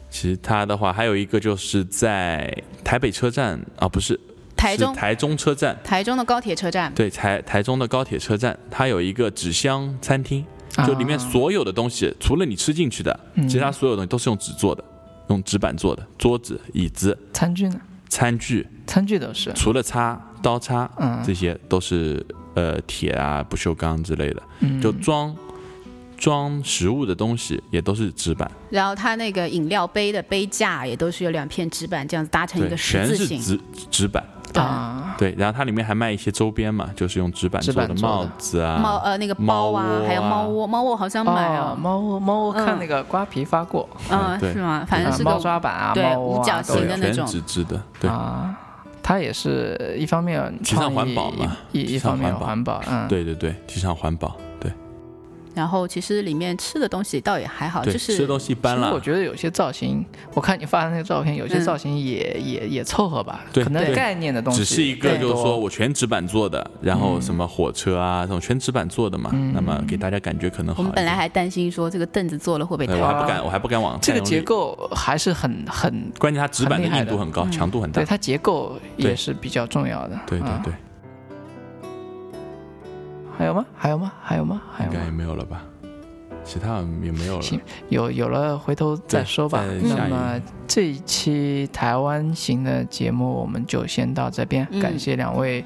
S1: 其他的话还有一个就是在台北车站啊，不是
S3: 台
S1: 是
S3: 中
S1: 台中车站，
S3: 台中的高铁车站，
S1: 对台台中的高铁车站，它有一个纸箱餐厅，就里面
S2: 啊
S1: 所有的东西，除了你吃进去的，其他
S2: 嗯
S1: 所有东西都是用纸做的，用纸板做的，桌子、椅子、
S2: 餐具呢？
S1: 餐具，
S2: 餐具都是，
S1: 除了叉、刀叉，
S2: 嗯
S1: 这些都是呃铁啊、不锈钢之类的，
S2: 嗯，
S1: 就装装食物的东西也都是纸板，
S3: 然后它那个饮料杯的杯架也都是有两片纸板这样子搭成一
S1: 对，
S3: 个十
S1: 全
S3: 字
S1: 是
S3: 形。
S1: 纸纸板。
S3: 对
S2: 啊，
S1: 对，然后它里面还卖一些周边嘛，就是用纸板
S2: 纸
S1: 做
S2: 板
S1: 的
S2: 做的
S1: 帽子
S3: 猫
S1: 啊，
S3: 呃那个
S1: 猫
S3: 包啊
S1: 窝，
S3: 还有
S1: 啊
S3: 猫窝，猫窝好像买
S2: 哦
S3: 啊，
S2: 猫窝猫窝
S3: 嗯
S2: 看那个瓜皮发过，
S3: 嗯
S1: 哎对
S3: 是吗？反正
S2: 啊
S3: 是
S2: 猫
S3: 个
S2: 抓板啊，
S3: 对
S2: 猫窝啊
S3: 五角
S2: 都有
S3: 形的那
S1: 全
S3: 种
S1: 纸质的，对，
S2: 啊，它也是一方面
S1: 提倡
S2: 创
S1: 环
S2: 意
S1: 保嘛
S2: 一一
S1: 提
S2: 一
S1: 倡
S2: 方面
S1: 环保
S2: 环保，嗯，
S1: 对对对，提倡环保，对
S3: 然后其实里面吃的东西倒也还好，
S1: 对，
S3: 就是
S1: 吃的东西一般
S2: 啊其实我
S1: 啦，
S2: 觉得有些造型，我看你发的那个照片，有些
S3: 嗯
S2: 造型也、也也凑合吧，
S1: 对
S2: 可能
S1: 对
S2: 概念的东西
S1: 只是一个
S3: 对
S2: 更
S1: 就是说
S2: 多
S1: 我全纸板做的，然后什么火车啊这种全纸板做的嘛，
S2: 嗯
S1: 那么给大家感觉可能好一
S3: 我
S1: 点。
S3: 们
S1: 哎
S3: 本来还担心说这个凳子坐了会被
S1: 对
S3: 弹
S1: 我还不
S2: 啊
S1: 敢，我还不敢往
S2: 这
S1: 太
S2: 个
S1: 用
S2: 结
S1: 力，
S2: 构还是很很，
S1: 关键它纸板的
S2: 很厉害
S1: 硬度
S2: 的嗯
S1: 很高，强度很大
S2: 对，它结构也
S1: 对
S2: 是比较重要的。
S1: 对对
S2: 嗯
S1: 对，
S2: 还有吗？还有吗？还有吗？还
S1: 应
S2: 有
S1: 该也
S2: 吗？
S1: 没有了吧，其他也没有了。
S2: 行有有了，回头再
S1: 对
S2: 说吧
S1: 再。
S3: 下
S2: 那
S1: 一
S2: 么这一期台湾行的节目我们就先到这边，
S3: 嗯
S2: 感谢两位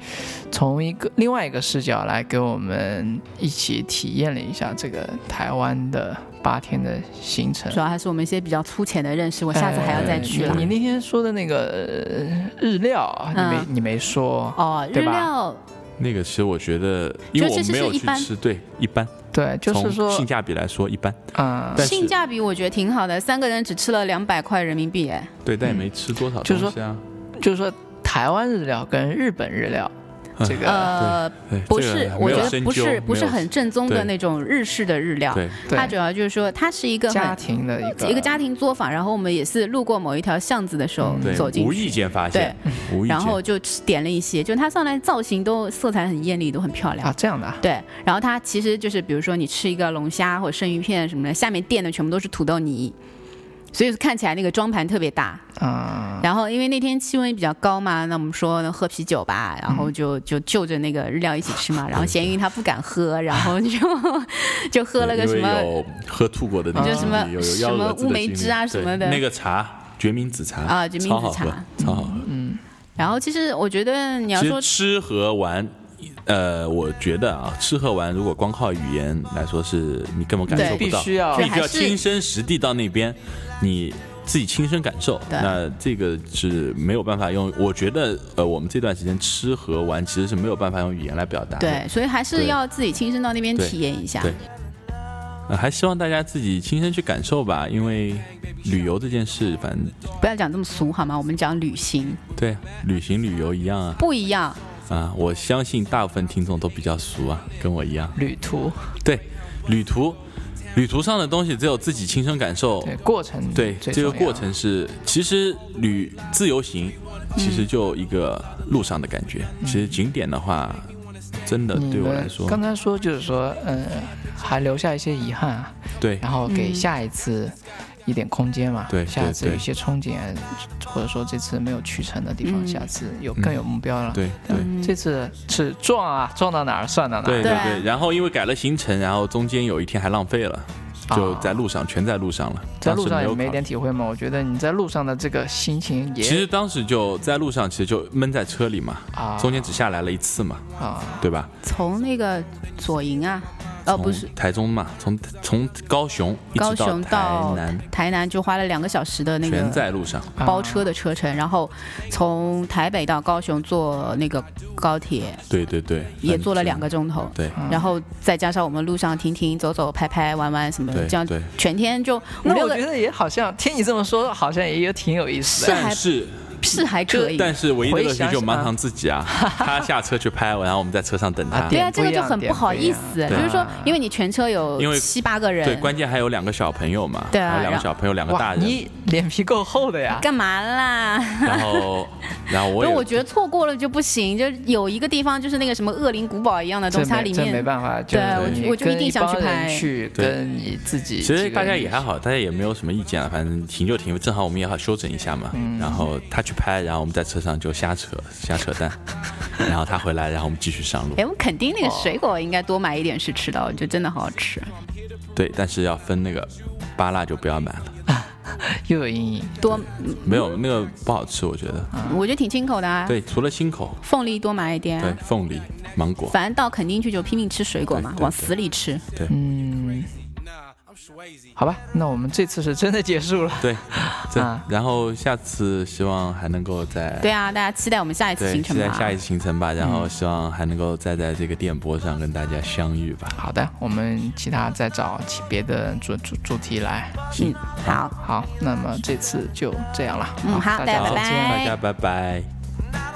S2: 从一个另外一个视角来给我们一起体验了一下这个台湾的八天的行程
S3: 主。要还是我们一些比较粗浅的认识，我下次还要再去
S2: 哎
S3: 了。
S2: 你那天说的那个呃日料啊，你没、
S3: 嗯
S2: 你没说，
S3: 哦，日
S2: 对吧
S3: 料
S1: 那个其实我觉得，因为
S3: 就
S1: 我
S3: 其实
S1: 没
S3: 是
S1: 有
S3: 一
S1: 去
S3: 般
S1: 吃，对，一般，
S2: 对，就是
S1: 从
S2: 说，
S1: 性价比来说一般，
S2: 嗯，
S1: 但是
S3: 性价比我觉得挺好的，三个人只吃了两百块人民币，哎，
S1: 对，但也
S2: 嗯
S1: 没吃多少
S2: 就是
S1: 东西啊。
S2: 就是说台湾日料跟日本日料
S1: 嗯
S2: 这个、
S3: 呃，
S1: 对，
S3: 不
S1: 这个
S3: 是，
S1: 没
S3: 我
S1: 有
S3: 觉得
S1: 深
S3: 不
S1: 究
S3: 是不
S1: 没
S3: 是
S1: 有
S3: 很正宗的
S1: 对
S3: 那种日式的日料，
S1: 对，
S2: 对
S3: 它主要就是说它是一个
S2: 家
S3: 很
S2: 庭的一个
S3: 一个家庭作坊，然后我们也是路过某一条巷子的时候
S2: 嗯
S1: 对，
S3: 走进
S1: 无
S3: 去，
S1: 意间发现，无意间，
S3: 然后就吃点了一些，就它上来造型都色彩很艳丽，都很漂亮
S2: 啊。这样的啊
S3: 对，然后它其实就是，比如说你吃一个龙虾或者生鱼片什么的，下面垫的全部都是土豆泥，所以看起来那个装盘特别大。
S2: 啊、
S3: 然后因为那天气温也比较高嘛，那我们说那喝啤酒吧，然
S1: 嗯
S3: 后就就就着那个日料一起吃嘛。然后咸鱼他不敢喝，然后就 就喝
S1: 对
S3: 了个什
S1: 因为
S3: 么
S1: 有喝吐过的那
S2: 就
S1: 个
S2: 什
S1: 经
S3: 么
S1: 历，有有
S3: 什
S1: 幺
S3: 么
S1: 蛾子
S3: 乌
S1: 的
S3: 梅
S1: 经历
S3: 汁啊什
S1: 对
S3: 么的
S1: 那个茶，决明子茶
S3: 啊决明
S1: 超
S3: 子
S1: 好喝
S3: 茶，
S1: 超好喝。
S3: 然后其实我觉得你要
S1: 其
S3: 说
S1: 实吃和玩，呃，我觉得啊，吃和玩如果光靠语言来说是，你根本感受
S3: 对
S1: 不
S2: 必
S1: 到，
S2: 须要
S1: 必
S3: 对
S1: 须
S3: 还
S1: 要
S3: 是
S1: 亲身实地到那边，你自己亲身感受。
S3: 对
S1: 那这个是没有办法用，我觉得呃，我们这段时间吃和玩其实是没有办法用语言来表达的。
S3: 对，所以还是
S1: 对
S3: 要自己亲身到那边体验一下。
S1: 对呃，还希望大家自己亲身去感受吧，因为旅游这件事，反正
S3: 不要讲这么俗好吗？我们讲旅行
S1: 对旅行旅游一样啊，
S3: 不一样，
S1: 啊，我相信大部分听众都比较俗啊，跟我一样。
S2: 旅途，
S1: 对，旅途，旅途上的东西只有自己亲身感受。
S2: 对过程，
S1: 对，这个过程
S2: 是
S1: 是，其实旅自由行，其实就一个路上的感觉。其实景点的话，真的对我来说，
S2: 刚才说就是说，嗯，还留下一些遗憾啊，
S1: 对
S2: 然后给
S3: 嗯
S2: 下一次一点空间嘛，
S1: 对
S2: 下一次
S1: 对
S2: 有一些憧憬，或者说这次没有去成的地方，
S3: 嗯
S2: 下次有
S1: 嗯
S2: 更有目标了。
S1: 对对
S3: 嗯
S2: 这次是撞啊，撞到哪儿算到哪
S1: 对
S2: 儿。
S1: 对
S3: 对啊
S1: 对。然后因为改了行程，然后中间有一天还浪费了，
S3: 哦
S1: 就
S2: 啊
S1: 在路上，全在路上了。
S2: 在
S1: 当时
S2: 路上也
S1: 有
S2: 没
S1: 考
S2: 点体会嘛，我觉得你在路上的这个心情也
S1: 其实当时就在路上，其实就闷在车里嘛，
S2: 啊，
S1: 中间只下来了一次嘛，
S2: 啊，
S1: 对吧？
S3: 从那个左营啊，呃，
S1: 从
S3: 不是
S1: 台中嘛，从从高雄一
S3: 高
S1: 直
S3: 雄
S1: 台
S3: 到
S1: 南，
S3: 台南，就花了两个小时的那
S1: 全
S3: 个
S1: 在路上。
S2: 啊
S3: 包车的车程，然后从台北到高雄坐那个高铁，
S1: 对对对，
S3: 也
S1: 很
S3: 坐了
S1: 近
S3: 两个。钟头。
S1: 嗯对
S2: 嗯
S3: 然后再加上我们路上停停走走、拍拍玩玩什么的，
S1: 对
S3: 这样
S1: 对，
S3: 全天就五
S2: 那
S3: 六
S2: 我
S3: 个
S2: 觉得也好像听你这么说，好像也有挺有意思的。
S1: 但
S3: 还
S1: 是
S3: 是还可以。
S1: 但是唯一的
S2: 回
S1: 乐趣
S2: 想
S1: 就
S2: 想
S1: 盲
S2: 啊
S1: 肠自己 啊，他下车去拍，然后我们在车上等他
S2: 对。
S3: 对啊，
S2: 点不
S3: 这个
S2: 一
S3: 就
S2: 样
S3: 很
S2: 点
S3: 不好
S2: 不一
S3: 意
S2: 样
S3: 思，
S1: 对
S3: 就是说
S2: 啊，
S3: 因为你全车有
S1: 因为
S3: 七八个人，
S1: 对，关键还有两个小朋友嘛，
S3: 对啊
S1: 还有两个
S3: 然后
S1: 小朋友，两个
S2: 哇，
S1: 大人，
S2: 你脸皮够厚的呀！
S3: 干嘛啦？
S1: 然后 然后
S3: 不
S1: 我
S3: 是，
S1: 也
S3: 我觉得错过了就不行，就有一个地方就是那个什么恶灵古堡一样的东
S2: 这
S3: 西，它
S2: 没
S3: 里
S2: 这没
S3: 面
S2: 办法，就
S3: 对
S1: 我
S2: 是
S1: 就
S2: 你
S3: 我就
S2: 跟
S3: 一定想去
S2: 帮人
S3: 拍
S2: 去
S1: 对
S2: 跟你自己。
S1: 其实大家也还，好，大家也没有什么意见了，反正停就停，正好我们也好休整一下嘛。
S3: 嗯
S1: 然后他去拍，然后我们在车上就瞎扯瞎扯 淡，然后他回来，然后我们继续上路。
S3: 哎，我肯定那个水果应该多买一点是吃到，就真的好好吃。
S1: 对，但是要分那个芭辣就不要买了，
S2: 又有阴影。
S3: 多，
S1: 没有那个不好吃，我觉得。
S3: 我觉得挺清口的啊。
S1: 对，除了心口，
S3: 凤梨多买一点
S1: 对
S3: 啊。
S1: 凤梨、芒 果，
S3: 反正到垦丁去就拼命吃水果嘛
S1: 对，对
S3: 往死里吃。
S2: 嗯，好吧，那我们这次是真的结束了。
S1: 对，这
S2: 啊
S1: 然后下次希望还能够再
S3: 对啊，大家期待我们下一次
S1: 对
S3: 行
S1: 期
S3: 程
S1: 待
S3: 吧。嗯
S1: 下一次行程吧，然后希望还能够再在这个电波上跟大家相遇吧。
S2: 好的，我们其他再找其别的主主主题来。
S3: 嗯，好，
S2: 好，那么这次就这样了。
S3: 嗯好
S2: 大
S3: 大
S2: 家
S3: 家
S1: 好，
S2: 再
S3: 拜
S2: 见。
S3: 拜
S1: 大家拜拜。
S4: I